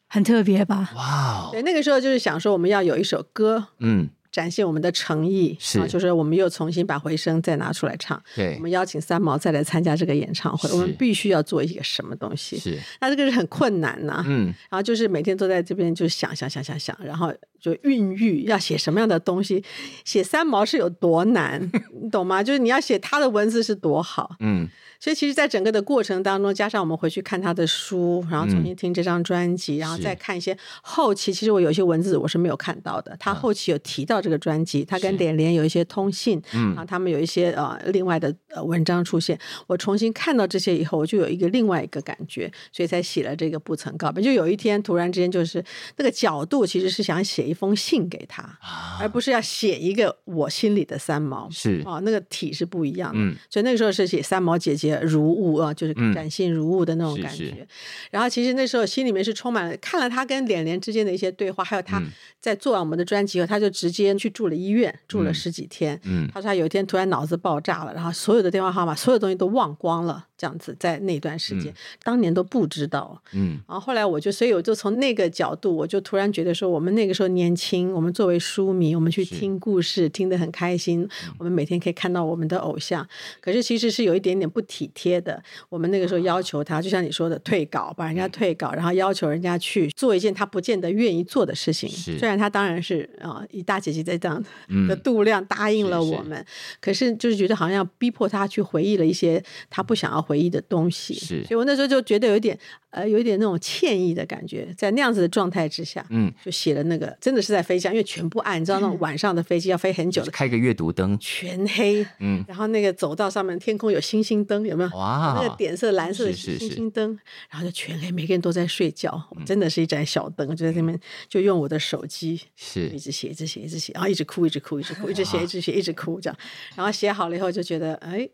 很特别吧？
哇哦，
对，那个时候就是想说，我们要有一首歌
嗯，
展现我们的诚意，
是
啊就是我们又重新把回声再拿出来唱。
对
我，们邀请三毛再来参加这个演唱会，
是
我们必须要做一个什么东西。
是
那这个是很困难呐、
嗯
然后就是每天都在这边就想想想想想，然后就孕育要写什么样的东西，写三毛是有多难，你懂吗？就是你要写他的文字是多好，
嗯
所以其实，在整个的过程当中，加上我们回去看他的书，然后重新听这张专辑，然后再看一些后期，其实我有一些文字我是没有看到的。他
嗯
后期有提到这个专辑，他跟
是
点连有一些通信，然后
嗯，
他们有一些呃另外的呃文章出现。我重新看到这些以后，我就有一个另外一个感觉，所以才写了这个不曾告别。就有一天突然之间，就是那个角度其实是想写一封信给他，
啊
而不是要写一个我心里的三毛。
是
哦，那个体是不一样的，
嗯
所以那个时候是写三毛姐姐如雾啊，就是
嗯
展现如雾的那种
是
感觉。
是
然后其实那时候心里面是充满了看了他跟脸脸之间的一些对话，还有他
嗯
在做完我们的专辑以后，他就直接去住了医院，住了
嗯
十几天。
嗯
他说他有一天突然脑子爆炸了，然后所有的电话号码、所有东西都忘光了，这样子在那段时间，
嗯
当年都不知道。
嗯
然后后来我就，所以我就从那个角度，我就突然觉得说，我们那个时候年轻，我们作为书迷，我们去
是嗯
听故事，听得很开心，我们每天可以看到我们的偶像。可是其实是有一点点不体贴的。我们那个时候要求他，就像你说的，退稿，把
嗯
人家退稿，然后要求人家去做一件他不见得愿意做的事情。
是
虽然他当然是啊、呃以大姐姐在这样的
嗯，
度量答应
是
了我
是
们，可是就是觉得好像要逼迫他去回忆了一些他不想要回忆的东西，
是
所以我那时候就觉得有一点呃，有一点那种歉意的感觉，在那样子的状态之下，
嗯，
就写了那个真的是在飞机上，因为全部暗，你知道那种晚上的飞机要飞很久的，
开个阅读灯，
全黑，
嗯，
然后那个走道上面天空有星星灯，有没有？
哇，哦
那个点色蓝色的
啊是是
星
是嗯
星灯，然后就全黑，每个人都在睡觉，我真的是一盏小灯，我就在那边就用我的手机一
是
直写，一直写，一直写，然后一直哭，一直哭，一直哭，一直写，一直写，一直哭这样。然后写好了以后就觉得，哎，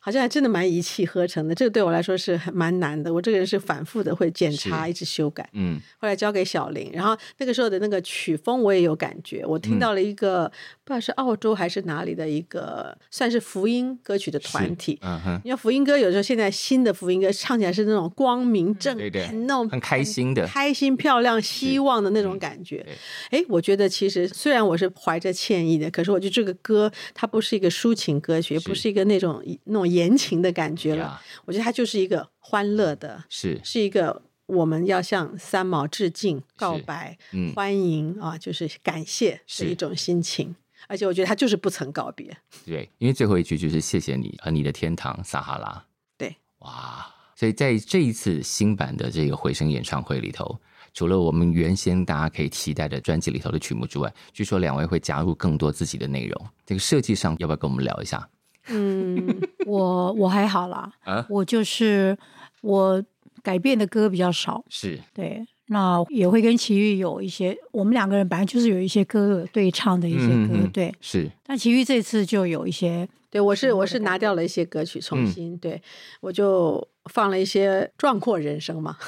好像还真的蛮一气呵成的。这个对我来说是很蛮难的，我这个人是反复的会检查，
是
一直修改。
嗯
后来交给小林，然后那个时候的那个曲风我也有感觉，我
嗯
听到了一个、不知道是澳洲还是哪里的一个算是福音歌曲的团
是
体。
嗯哼，
你看福音歌，有时候现在新的福音歌唱起来是那种光明正
嗯对对
很那种
很开心的嗯
开心、漂亮、希望的那种感觉。哎，我觉得其实虽然我是怀着歉意的，可是我觉得这个歌它不是一个抒情歌曲，也不
是
是一个那种那种言情的感觉了。
呀，
我觉得它就是一个欢乐的，
是
是一个我们要向三毛致敬、告白、
嗯
欢迎啊，就是感谢
是
的一种心情。而且我觉得它就是不曾告别。
对，因为最后一句就是谢谢你和呃你的天堂撒哈拉。
对，
哇！所以在这一次新版的这个回声演唱会里头，除了我们原先大家可以期待的专辑里头的曲目之外，据说两位会加入更多自己的内容。这个设计上要不要跟我们聊一下？
嗯，
我我还好啦，
啊
我就是我改变的歌比较少，
是
对。那也会跟齐豫有一些，我们两个人本来就是有一些歌有对唱的一些歌，
嗯嗯嗯
对。
是，
但齐豫这次就有一些，
对我是
嗯
我是拿掉了一些歌曲，重新、对我就放了一些壮阔人 生嘛，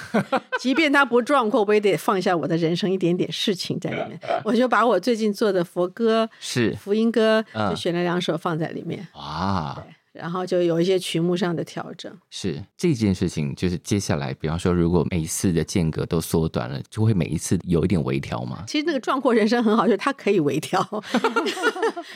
即便它不壮阔，我也得放下我的人生一点点事情在里 面。我就把我最近做的佛歌、
是
福音歌
嗯
就选了两首放在里面，
哇，
然后就有一些曲目上的调整。
是这件事情，就是接下来，比方说，如果每一次的间隔都缩短了，就会每一次有一点微调吗？
其实那个壮阔人生很好，就是它可以微调，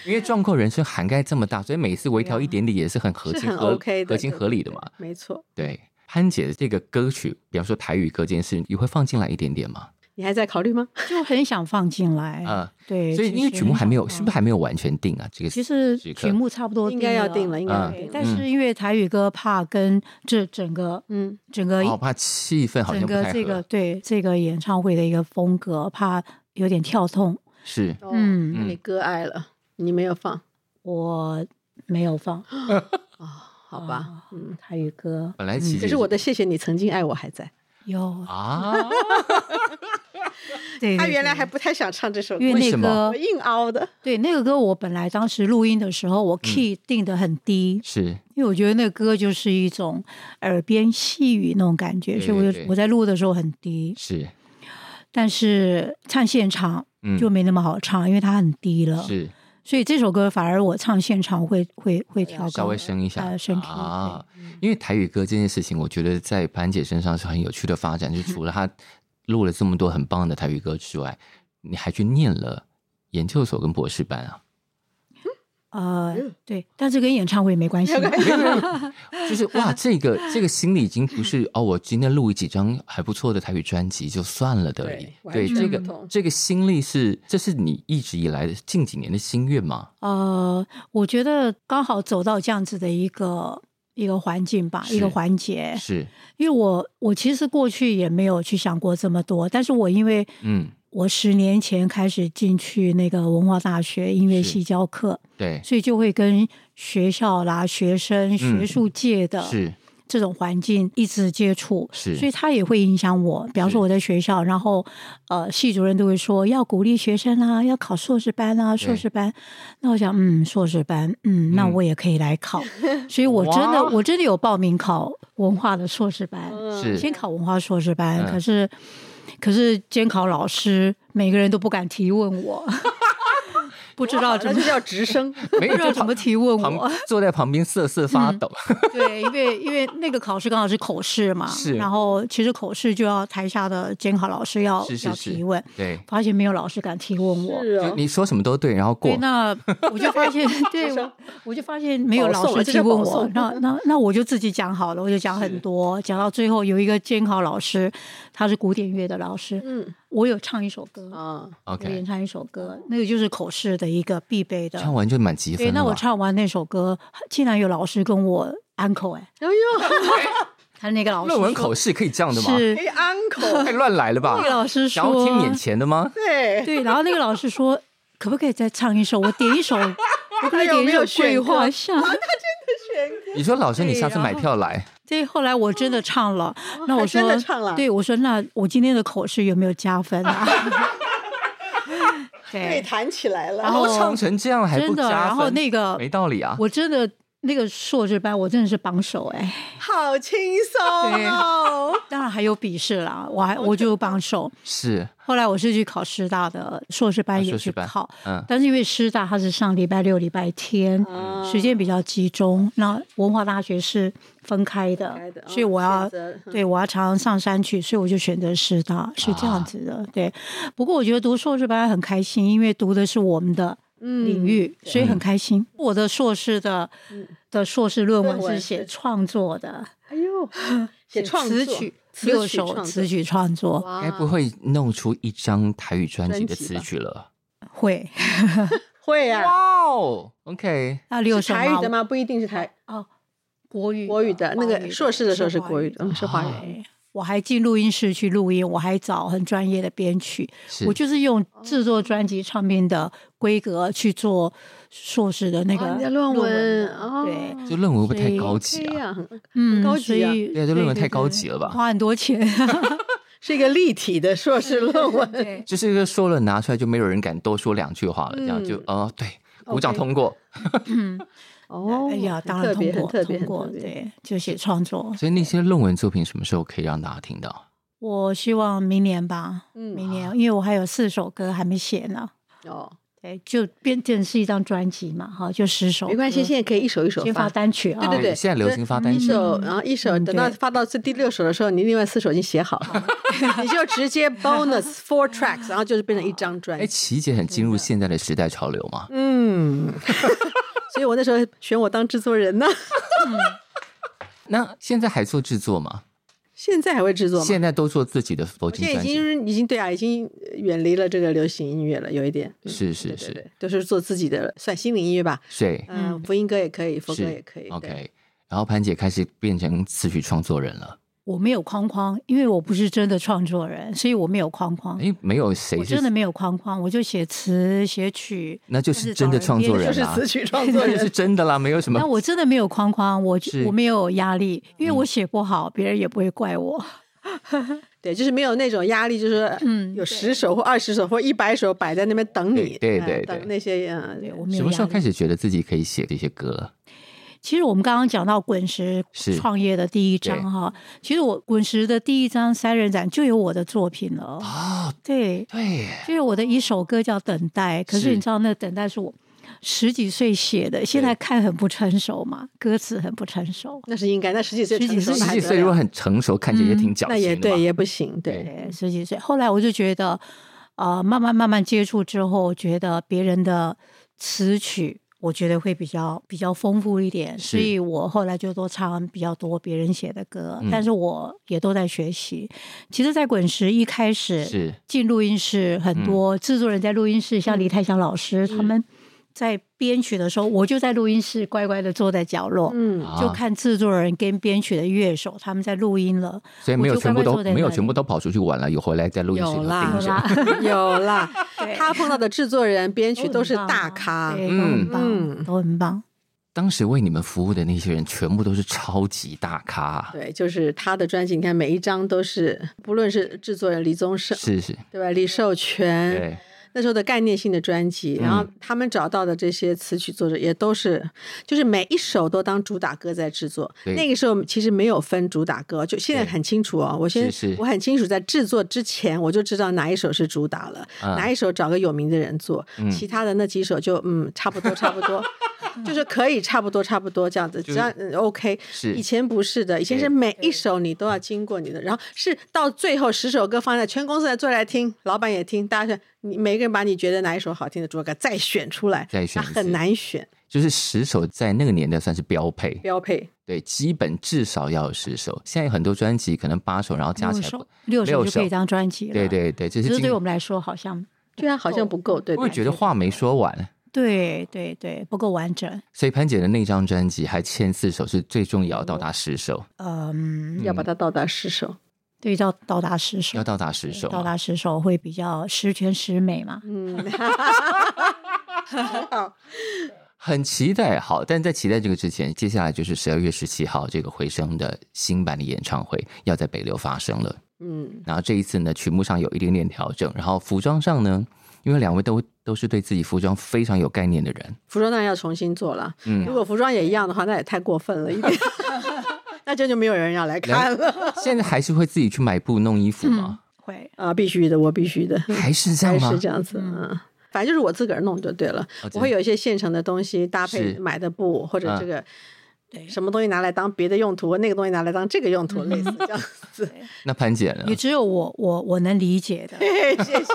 因为壮阔人生涵盖这么大，所以每一次微调一点点也是很合
啊是
情
很
合
OK 的，
合情
对
合理的
对
嘛。
没错，
对，潘姐的这个歌曲，比方说台语歌这件事，你会放进来一点点吗？
你还在考虑吗？
就很想放进来。
啊、
哎对，
所以
其
因为
实
曲目还没有，
很
是
想
不是还没有完全定啊？这个
其实
时刻
曲目差不多
应该要定了，应该要
嗯
定
对
了。
但是因为台语歌怕跟这整个
嗯，
整个
哦好怕气氛好像
整
不
个
太
这
合
个对这个演唱会的一个风格，怕有点跳痛。
是
哦
嗯
那你割爱了，你没有放，
我没有放
好
哦
吧？嗯，
台语歌，
本来其实
可是我的谢谢你曾经爱我还在。
有
啊，
对，
他
对
原来
对哦
还不太想唱这首歌
因，
为
那
什么
个
我硬凹的。
对那个歌，我本来当时录音的时候，我
嗯
key 定的很低，
是
因为我觉得那个歌就是一种耳边细语那种感觉，
对
所以我
对
就
对
我在录的时候很低，
是，
但是唱现场
嗯，
就没那么好唱，因为它很低了，
是
所以这首歌反而我唱现场会会会调高，
啊稍微升一下
呃升 key，
啊，因为台语歌这件事情，我觉得在潘姐身上是很有趣的发展，就除了她录了这么多很棒的台语歌之外，你还去念了研究所跟博士班啊。
呃
嗯，
对，但是跟演唱会没关系。
就是 哇，这个这个心里已经不是哦，我今天录几张还不错的台语专辑就算了的而已。对，
对完全
这个
不同
这个心力是，这是你一直以来的近几年的心愿吗？
呃，我觉得刚好走到这样子的一个一个环境吧，
是
一个环节。
是，
因为我我其实过去也没有去想过这么多，但是我因为
嗯，
我十年前开始进去那个文化大学音乐系教课，
对，
所以就会跟学校啦、学生、学术界的
嗯是
这种环境一直接触，
是
所以它也会影响我。比方
是
说我在学校，然后呃，系主任都会说要鼓励学生啊，要考硕士班啊，硕士班。那我想，嗯，硕士班，嗯，那我也可以来 考。所以我真的
哇，
我真的有报名考文化的硕士班，
是
嗯
先考文化硕士班，
嗯
可是可是监考老师每个人都不敢提问我， 不知道怎
那
么
就。叫直升。
没
不
有
知道
就
怎
旁
么提问我嗯
旁，坐在旁边瑟瑟发抖，
对，因为因为那个考试刚好是口试嘛，
是
然后其实口试就要台下的监考老师要
是是
要
是
提问，
对，
发现没有老师敢提问 我。
是
就
哦，
你说什么都对，然后过
对，那我就 发现，对，我我就发现没有
保
老
送
师
了这
提
叫
问
保
我
送，
那那那我就自己讲好了，我就讲很多，讲到最后有一个监考老师，他是古典乐的老师，
嗯
我有唱一首歌，
啊，
我演
哦 OK，
唱一首歌，那个就是口试的一个必备的。
唱完就满积分
对，
了吧。
那我唱完那首歌，竟然有老师跟我 uncle 哎，
哎呦，
他那个老师
论文
说
口试可以这样的吗？
是
哎，uncle，
太乱来了吧
那个！老师
哎想要听
说
眼，前的吗？
对，
对，然后那个老师说，可不可以再唱一首？我 点一首，我可不可以
他有
点一
没有
首《
选
桂
歌
花香》？
你说老师，你
对
下次
然
买
后
票来，
对，后来我真的唱了。那我
哦还
说
真的唱了
对我说，那我今天的口试有没有加分啊？
对
对，
弹起来了。
然后
都唱成这样还不
真的，
加
然后
分
那个
没道理啊！
我真的那个硕士班，我真的是榜首哎。
好轻松哦，
当然还有笔试啦，我还我就榜首。
是，
后来我是去考师大的硕士
啊
班，
硕
也
士
去
班
考，
嗯，
但是因为师大它是上礼拜六、礼拜天，
啊
嗯时间比较集中。那文化大学是分开的，
分开的
所以我
哦
要、
选择嗯
对我要常常上山去，所以我就选择师大是这样子的。
啊
对，不过我觉得读硕士班很开心，因为读的是我们的
嗯
领域，所以很开心。我的硕士的的硕士论文
嗯论文
是
是
写创作的，
哎呦，写创作
词曲
词
六
曲
首
创
词
作，
曲哎创作
哇
该不会弄出一张台语专辑
啊专
的
辑
词
吧
曲了？
会
会
哇
啊？
哦，OK，
那六
是
首
台语的
嘛？
吗？不一定是台
哦，国语
国语的，那
华
个硕士的时候是国语的，嗯，
是
是
华语
华语
的
的。
对我还进录音室去录音，我还找很专业的编曲，
是
我就是用
哦
制作专辑唱片的规格去做硕士的那
哦
个
你的论文，哦
对，
就论文会不会
所
太
以
高级
OK
啊？
啊，
嗯，
高级啊
所以
对啊这论文太高级了吧
花很多钱，
是一个立体的硕士 论文。
对，
就是一个说了拿出来就没有人敢多说两句话了，这样就哦对，鼓掌
嗯 OK
通过。
嗯，
哦，
哎呀，
很
当
特
然通
别，很
过，
特别，
通
很
过，
特别。
对，就写创作，
所以那些论文作品什么时候可以让大家听到？
我希望明年吧，
嗯
明年，因为我还有四首歌还没写呢，
哦，
对，就变成是一张专辑嘛，哈，就十首歌，
没关系，现在可以一首一首
哦嗯先
发
发。单曲啊，
对对对，嗯
现在流行发单
一
曲
首，然后一首，
嗯
等到
对
发到这第六首的时候，你另外四首已经写好 了，你就直接 bonus four tracks，然后就是变成一张专
哎，
辑。
琪姐很进入现在的时代潮流
哎
嘛？
嗯，所以我那时候选我当制作人呢，
那现在还做制作吗？
现在还会制作吗？
现在都做自己的佛
我
经
现在
专
已
辑，
经已经对啊，已经远离了这个流行音乐了，有一点。嗯
是是
对对
是，
对，都是做自己的，算心灵音乐吧。
对，
嗯，
嗯
福音歌也可以，佛歌也
是
可以。对
OK。然后潘姐开始变成词曲创作人了，
我没有框框，因为我不是真的创作人，所以我没有框框。
哎，没有谁
嗯我
是
真的没有框框，我就写词写曲。
那就是真的创作人
就是
啦，
词曲创 作
那就是
人。
真的啦，没有什么
那我真的没有框框，我
是嗯
我没有压力，因为我写不好，别人也不会怪我。
对，就是没有那种压力，就是
嗯
有十首或二十首或一百首摆在那边等你，
对对
呃
对对
等那些嗯，
对，我没有
什么时
压
候
力
开。始觉得自己可以写这些歌了？
其实我们刚刚讲到滚石
是
创业的第一章哈，其实我滚石的第一张三人展就有我的作品了。
哦，
对，
对耶，
就是我的一首歌叫《等待》，可
是
是你知道那《等待》是我十几岁写的，现在看很不成熟嘛，歌词很不成熟。
那是应该。那十几岁
十
成
几
熟，
岁
那
十
还
几
得
岁如果
了
很成熟，看起来也挺矫
嗯那也
情的嘛
对，也不行。对，
对，十几岁。后来我就觉得，呃，慢慢慢慢接触之后，觉得别人的词曲，我觉得会比较比较丰富一点，
是
所以我后来就多唱比较多别人写的歌，
嗯
但是我也都在学习。其实，在滚石一开始
是
进录音室，很多
嗯
制作人在录音室，像李泰祥老师、他们在编曲的时候，我就在录音室乖乖的坐在角落。
嗯，
啊
就看制作人跟编曲的乐手他们在录音了，
所以没有全部
我就乖乖
都
坐在那里
没有全部都跑出去玩了，有回来在录音室
有
里头
啦
盯
有
着。
啦，
有啦，
对
他碰到的制作人、编曲都是
很棒
大
啊
咖，
对
嗯
都很棒，
嗯
都很棒。
当时为你们服务的那些人，全部都是超级大咖，
对，就是他的专辑，你看每一张都是，不论是制作人李宗盛，
是是，
对吧？李寿全，
对，
那时候的概念性的专辑，然
嗯
后他们找到的这些词曲作者也都是，就是每一首都当主打歌在制作。
对
那个时候其实没有分主打歌，就现在
对
很清楚哦。我先
是是
我很清楚，在制作之前我就知道哪一首是主打了，
嗯
哪一首找个有名的人做，
嗯
其他的那几首就嗯差不多差不 多。就是可以差不多差不多这样子，只要、嗯 OK，
是
以前不是的，以前
对
是每一首你都要经过你的，然后是到最后十首歌放在全公司来坐来听，老板也听，大家选，你每个人把你觉得哪一首好听的主歌再选出来，
再选
那
一
很
次
难选
就是十首在那个年代算是标配，
标配。
对，基本至少要有十首。现在有很多专辑可能八首，然后加
六
起来不
首，，六
六
首就可
首
以当专辑了。
对，对对，这是
只是
今
对我们来说好像
嗯
对啊，好像不够，对
我也
对
觉得话没说完，
对对对不够完整。
所以潘姐的那张专辑还欠四首，是最终也要到达十首，
嗯，
要把它到达十首。
对，到到达十首
要，到达十首啊
到
嘛。
达十首会比较十全十美嘛。
嗯，
很期待，好，但在期待这个之前，接下来就是十二月十七号这个回声的新版的演唱会要在北流发生了。
嗯，
然后这一次呢，曲目上有一点点调整，然后服装上呢，因为两位都都是对自己服装非常有概念的 人，
服装当然要重新做了。
嗯
如果服装也一样的话，那也太过分了 一点，那这就没有人要来看了。
现在还是会自己去买布弄衣服吗？
会，
啊，必须的，我必须
嗯
的。
还是这样
还
吗
是？这样子，嗯。反正就是我自个儿弄就对了，
哦
我会有一些现成的东西搭配
是
买的布，或者
嗯
这个
对
什么东西拿来当别的用途，那个东西拿来当这个用途，类似这样子。
那潘姐呢
也？只有我我我能理解的，
嘿嘿谢谢。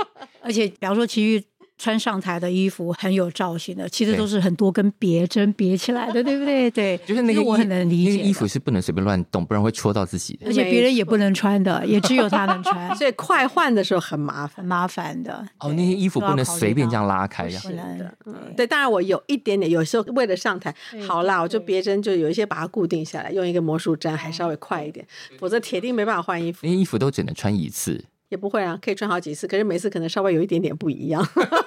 而且比方说，其余穿上台的衣服很有造型的，其实都是很多根别针别起来的，对不对？对，
就是那个
这我
衣
很能理解
那
的。
个衣服是不能随便乱动，不然会戳到自己的。
而且别人也不能穿的，也只有他能 穿，
所以快换的时候很麻烦。
很麻 烦的。
哦，那些衣服
都
不
要
能
考虑
随便
到
这样拉开哎呀。
不能
的嗯
对
对，当然我有一点点，有时候为了上台，
对
好啦，
对
我就
对哦
别针就有一些把它固定下来，用一个魔术粘还稍微快一点，否则铁定没办法换衣服。
那些衣服都只能穿一次。
也不会啊，可以穿好几次，可是每次可能稍微有一点点不一样。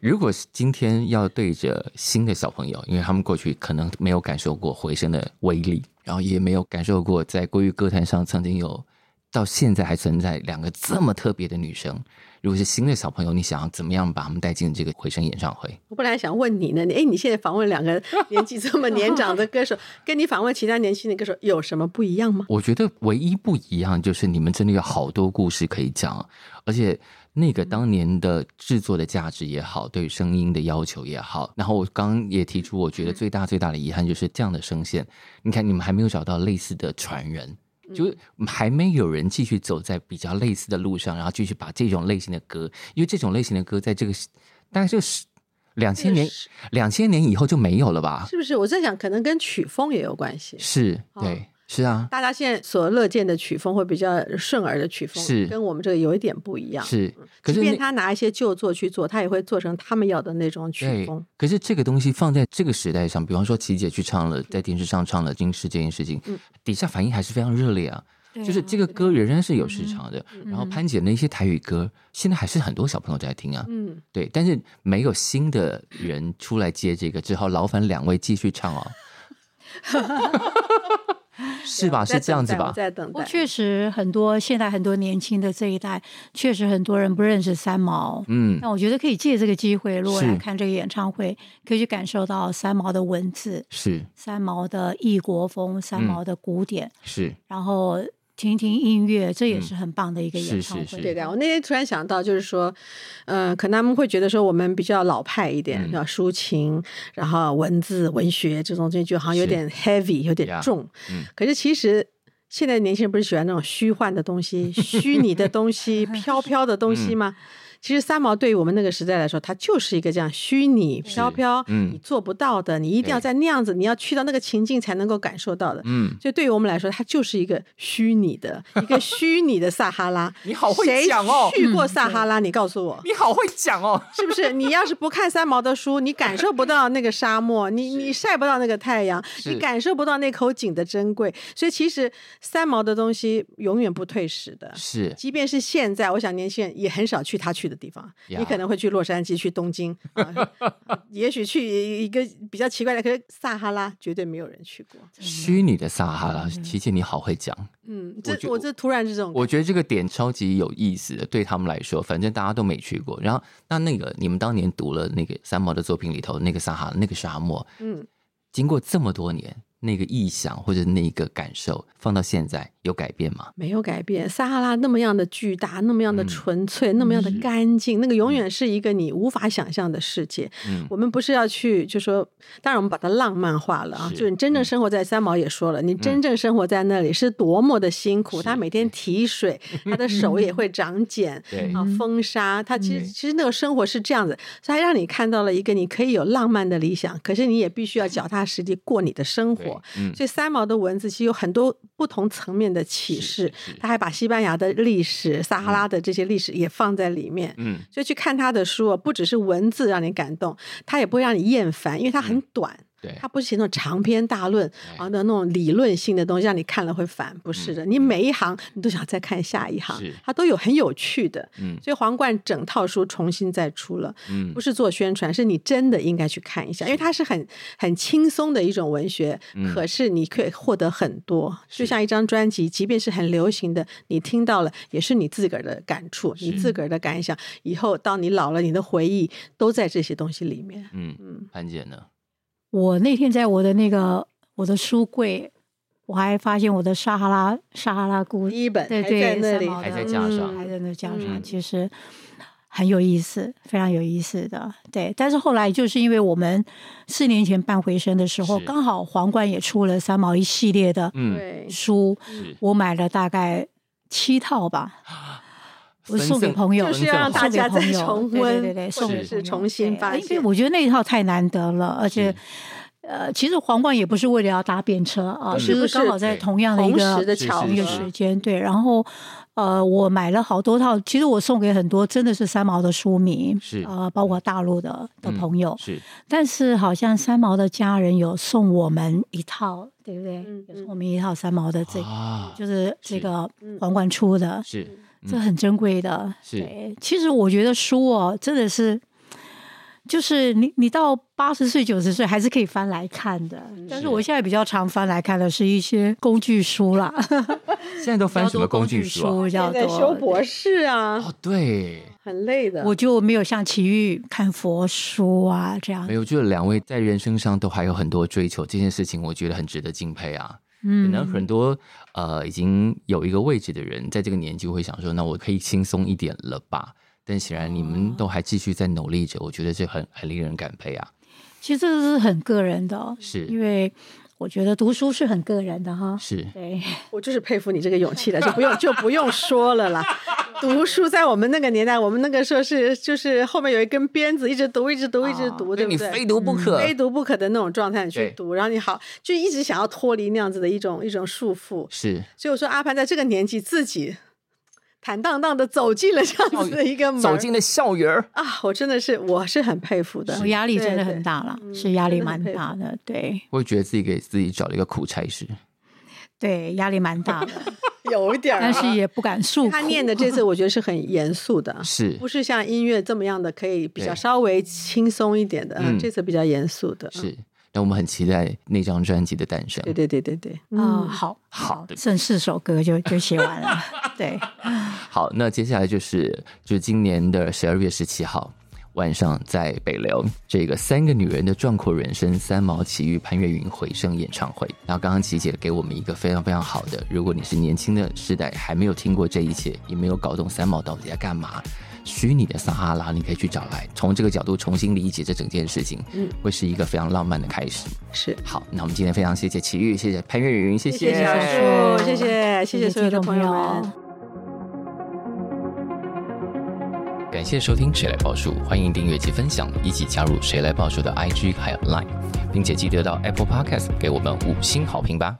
如果是今天要对着新的小朋友，因为他们过去可能没有感受过回声的威力，然后也没有感受过在国语歌坛上曾经有到现在还存在两个这么特别的女生。如果是新的小朋友，你想要怎么样把他们带进这个回声演唱会？
我本来想问你呢，你哎，你现在访问两个年纪这么年长的歌手，跟你访问其他年轻的歌手有什么不一样吗？
我觉得唯一不一样就是你们真的有好多故事可以讲，而且那
嗯
个当年的制作的价值也好，对声音的要求也好，然后我刚刚也提出，我
嗯
觉得最大最大的遗憾就是这样的声线，你看你们还没有找到类似的传人。
嗯
就是还没有人继续走在比较类似的路上，然后继续把这种类型的歌，因为这种类型的歌在这个大概就是两千年，两千年以后就没有了吧？
是不是？我在想，可能跟曲风也有关系。
是，
哦
对，是啊，
大家现在所乐见的曲风会比较顺耳的曲风，
是
跟我们这个有一点不一样。，
是。可
嗯即
是
便
那
他拿一些旧作去做，他也会做成他们要的那种曲
对
风。，
可是这个东西放在这个时代上，比方说琪姐去唱了，
嗯
在电视上唱了《金氏》这件事情，
嗯
底下反应还是非常热烈啊。
对啊
就是这个歌仍然是有市场的，然后
嗯
潘姐那些台语歌，现在还是很多小朋友在听啊。
嗯，
对，但是没有新的人出来接这个，只好劳烦两位继续唱 哦。是吧？
我在
啊
是这样子
等待
吧
我？在等
不过
待。
确实很多，现在很多年轻的这一代，确实很多人不认识三毛。
嗯，
那我觉得可以借这个机会，如果
是
来看这个演唱会，可以去感受到三毛的文字、
是
三毛的异国风、三
嗯
毛的古典，
是，
然后听一听音乐，这也
嗯
是很棒的一个
是是
演唱会。
是
对的，我那天突然想到，就是说，嗯、可能他们会觉得说我们比较老派一点，
嗯
要抒情，然后文字、文学这种东西就好像有
是
点 heavy，有点
Yeah，
重。
嗯
可是其实现在年轻人不是喜欢那种虚幻的东西、虚拟的 东西、飘飘的东
嗯
西吗？其实三毛对于我们那个时代来说，它就是一个这样虚拟、飘飘，
嗯
你做不到的，你一定要
对
在那样子，你要去到那个情境才能够感受到的。
嗯，
所以对于我们来说，它就是一个虚拟的、一个虚拟的撒哈拉。
你好会讲哦
谁去过撒哈拉？你告诉我，
你好会讲哦。
是不是？你要是不看三毛的书，你感受不到那个沙漠，你你晒不到那个太阳，
是
你感受不到那口井的珍贵。所以其实三毛的东西永远不退时的。
是
即便是现在，我想年轻人也很少去他去的地方。
呀
你可能会去洛杉矶、去 东京，啊也许去一个比较奇怪的，可是撒哈拉绝对没有人去过。
虚拟的撒哈拉，琪姐你好会讲。
嗯，
我
这
觉
我这突然是这种感觉，
我觉得这个点超级有意思的，对他们来说，反正大家都没去过。然后，那那个你们当年读了那个三毛的作品里头，那个撒哈拉那个沙漠，
嗯，
经过这么多年，那个意想或者那个感受，放到现在有改变吗？
没有改变。撒哈拉那么样的巨大，那么样的
嗯
纯粹，那么样的
是
干净，那个永远是一个你无法想象的世界。
嗯，
我们不是要去，就说，当然我们把它浪漫化了啊，
是
就是你真正
嗯
生活在三毛也说了，你真正生活在那里是多么的辛苦，
是嗯
他每天提水，他的手也会长茧。
对
啊，
嗯
风沙，他其实
对
其实那个生活是这样子，所以它让你看到了一个你可以有浪漫的理想，可是你也必须要脚踏实地过你的生
对
活。
嗯，
所以三毛的文字其实有很多不同层面的启示，
是，是
他还把西班牙的历史、撒哈拉的这些历史也放在里面。
嗯，
所以去看他的书啊，不只是文字让你感动，他也不会让你厌烦，因为它很短，
嗯对，哎
它不是写那种长篇大论
对
啊的那种理论性的东西，让你看了会烦。不是的，你每一行你都想再看下一行
嗯是，
它都有很有趣的。
嗯
所以皇冠整套书重新再出了，
嗯
不，是做宣传，是你真的应该去看一下，因为它是很很轻松的一种文学，
嗯
可是你可以获得很多。
是
就像一张专辑，即便是很流行的，你听到了也是你自个儿的感触，你自个儿的感想。以后到你老了，你的回忆都在这些东西里面。
嗯，
嗯，
潘姐呢？
我那天在我的那个我的书柜，我还发现我的撒哈拉撒哈拉菇，
第一本
对
还在
对，
那
三
里，
毛的
还在架上
嗯还在那架上，
嗯
其实很有意思，非常有意思的。对，但是后来就是因为我们四年前办回声的时候，
是
刚好皇冠也出了三毛一系列的
嗯，
对，
书，
是
我买了大概七套吧，我送给
分赠
朋友，
就是要让大家再重
送给朋
温，
友对对对，
或
送
者
给
是
朋友
重新
对哎
发
因为
现。
我觉得那一套太难得了，而且
是。
呃，其实皇冠也不是为了要搭便车啊，
是
就
不
是刚
是
好在
嗯对
同样的一
同
个
时的
是
巧
是
一个
是
时间，对。然后，呃，我买了好多套，其实我送给很多真的是三毛的书迷，
是
呃，包括大陆的的
嗯
朋友，
是
但是好像三毛的家人有送我们一套，对不对？
嗯
有送我们一套三毛的这，
啊，
就是这
是
个
嗯
皇冠出的，
是
这很珍贵的。
嗯是
对，其实我觉得书哦，真的是。就是你，你到八十岁、九十岁还是可以翻来看的。
嗯
但是我现在比较常翻来看的是一些工具书啦，
现在都翻什么工具书啊？
比较
现
多
在修博士啊，
哦，对，
很累的。
我就没有像奇遇看佛书啊这样
没。有，就是两位在人生上都还有很多追求，这件事情我觉得很值得敬佩啊。可
嗯，
能很多呃已经有一个位置的人，在这个年纪会想说，那我可以轻松一点了吧？但显然你
哦
们都还继续在努力着，我觉得这很很令人感佩啊。
嗯
其实这是很个人的哦，
是
因为我觉得读书是很个人的哈。
是
对，
我就是佩服你这个勇气了，就不用就不用说了啦。读书在我们那个年代，我们那个时候是就是后面有一根鞭子，一直读，一直读，一直读，对
哦你
不
非
对？嗯
读不可，
非读不可的那种状态你
对
去读，然后你好就一直想要脱离那样子的一种一种束缚。
是
所以我说阿潘在这个年纪自己坦荡荡的走进了这样子的一个门
哦走
儿
进了校园儿。
啊，我真的是我是很佩服的
我。压力真的
对
很大了，
嗯
是压力
真的很
蛮
佩服
大的，对
我觉得自己给自己找了一个苦差事，
对，压力蛮大的，
有一点儿啊、
但 是也不敢诉苦。
他念的这次我觉得是很严肃的啊，
是
不是像音乐这么样的，可以比较
对
稍微轻松一点的，
嗯
嗯，这次比较严肃的，嗯，
是。那我们很期待那张专辑的诞生
对。对对对对，
啊、
嗯，
好
好的
剩四首歌就就写完 了，对，
好，那接下来就是就是今年的十二月十七号晚上，在北流这个三个女人的壮阔人生三毛奇遇潘越云回声演唱会。然后刚刚琪姐给我们一个非常非常好的，如果你是年轻的世代，还没有听过这一切，也没有搞懂三毛到底在干嘛。虚拟的撒哈拉，你可以去找来，从这个角度重新理解这整件事情，
嗯
会是一个非常浪漫的开始。
是，
好，那我们今天非常谢谢奇遇，谢谢潘越云，谢
谢小
谢
树，谢谢谢谢所有
听
的
众
朋友们。
感谢收听《谁来报数》，欢迎订阅及分享，一起加入《谁来报数》的 IG 还有 Line，并且记得到 Apple Podcast 给我们五星好评吧。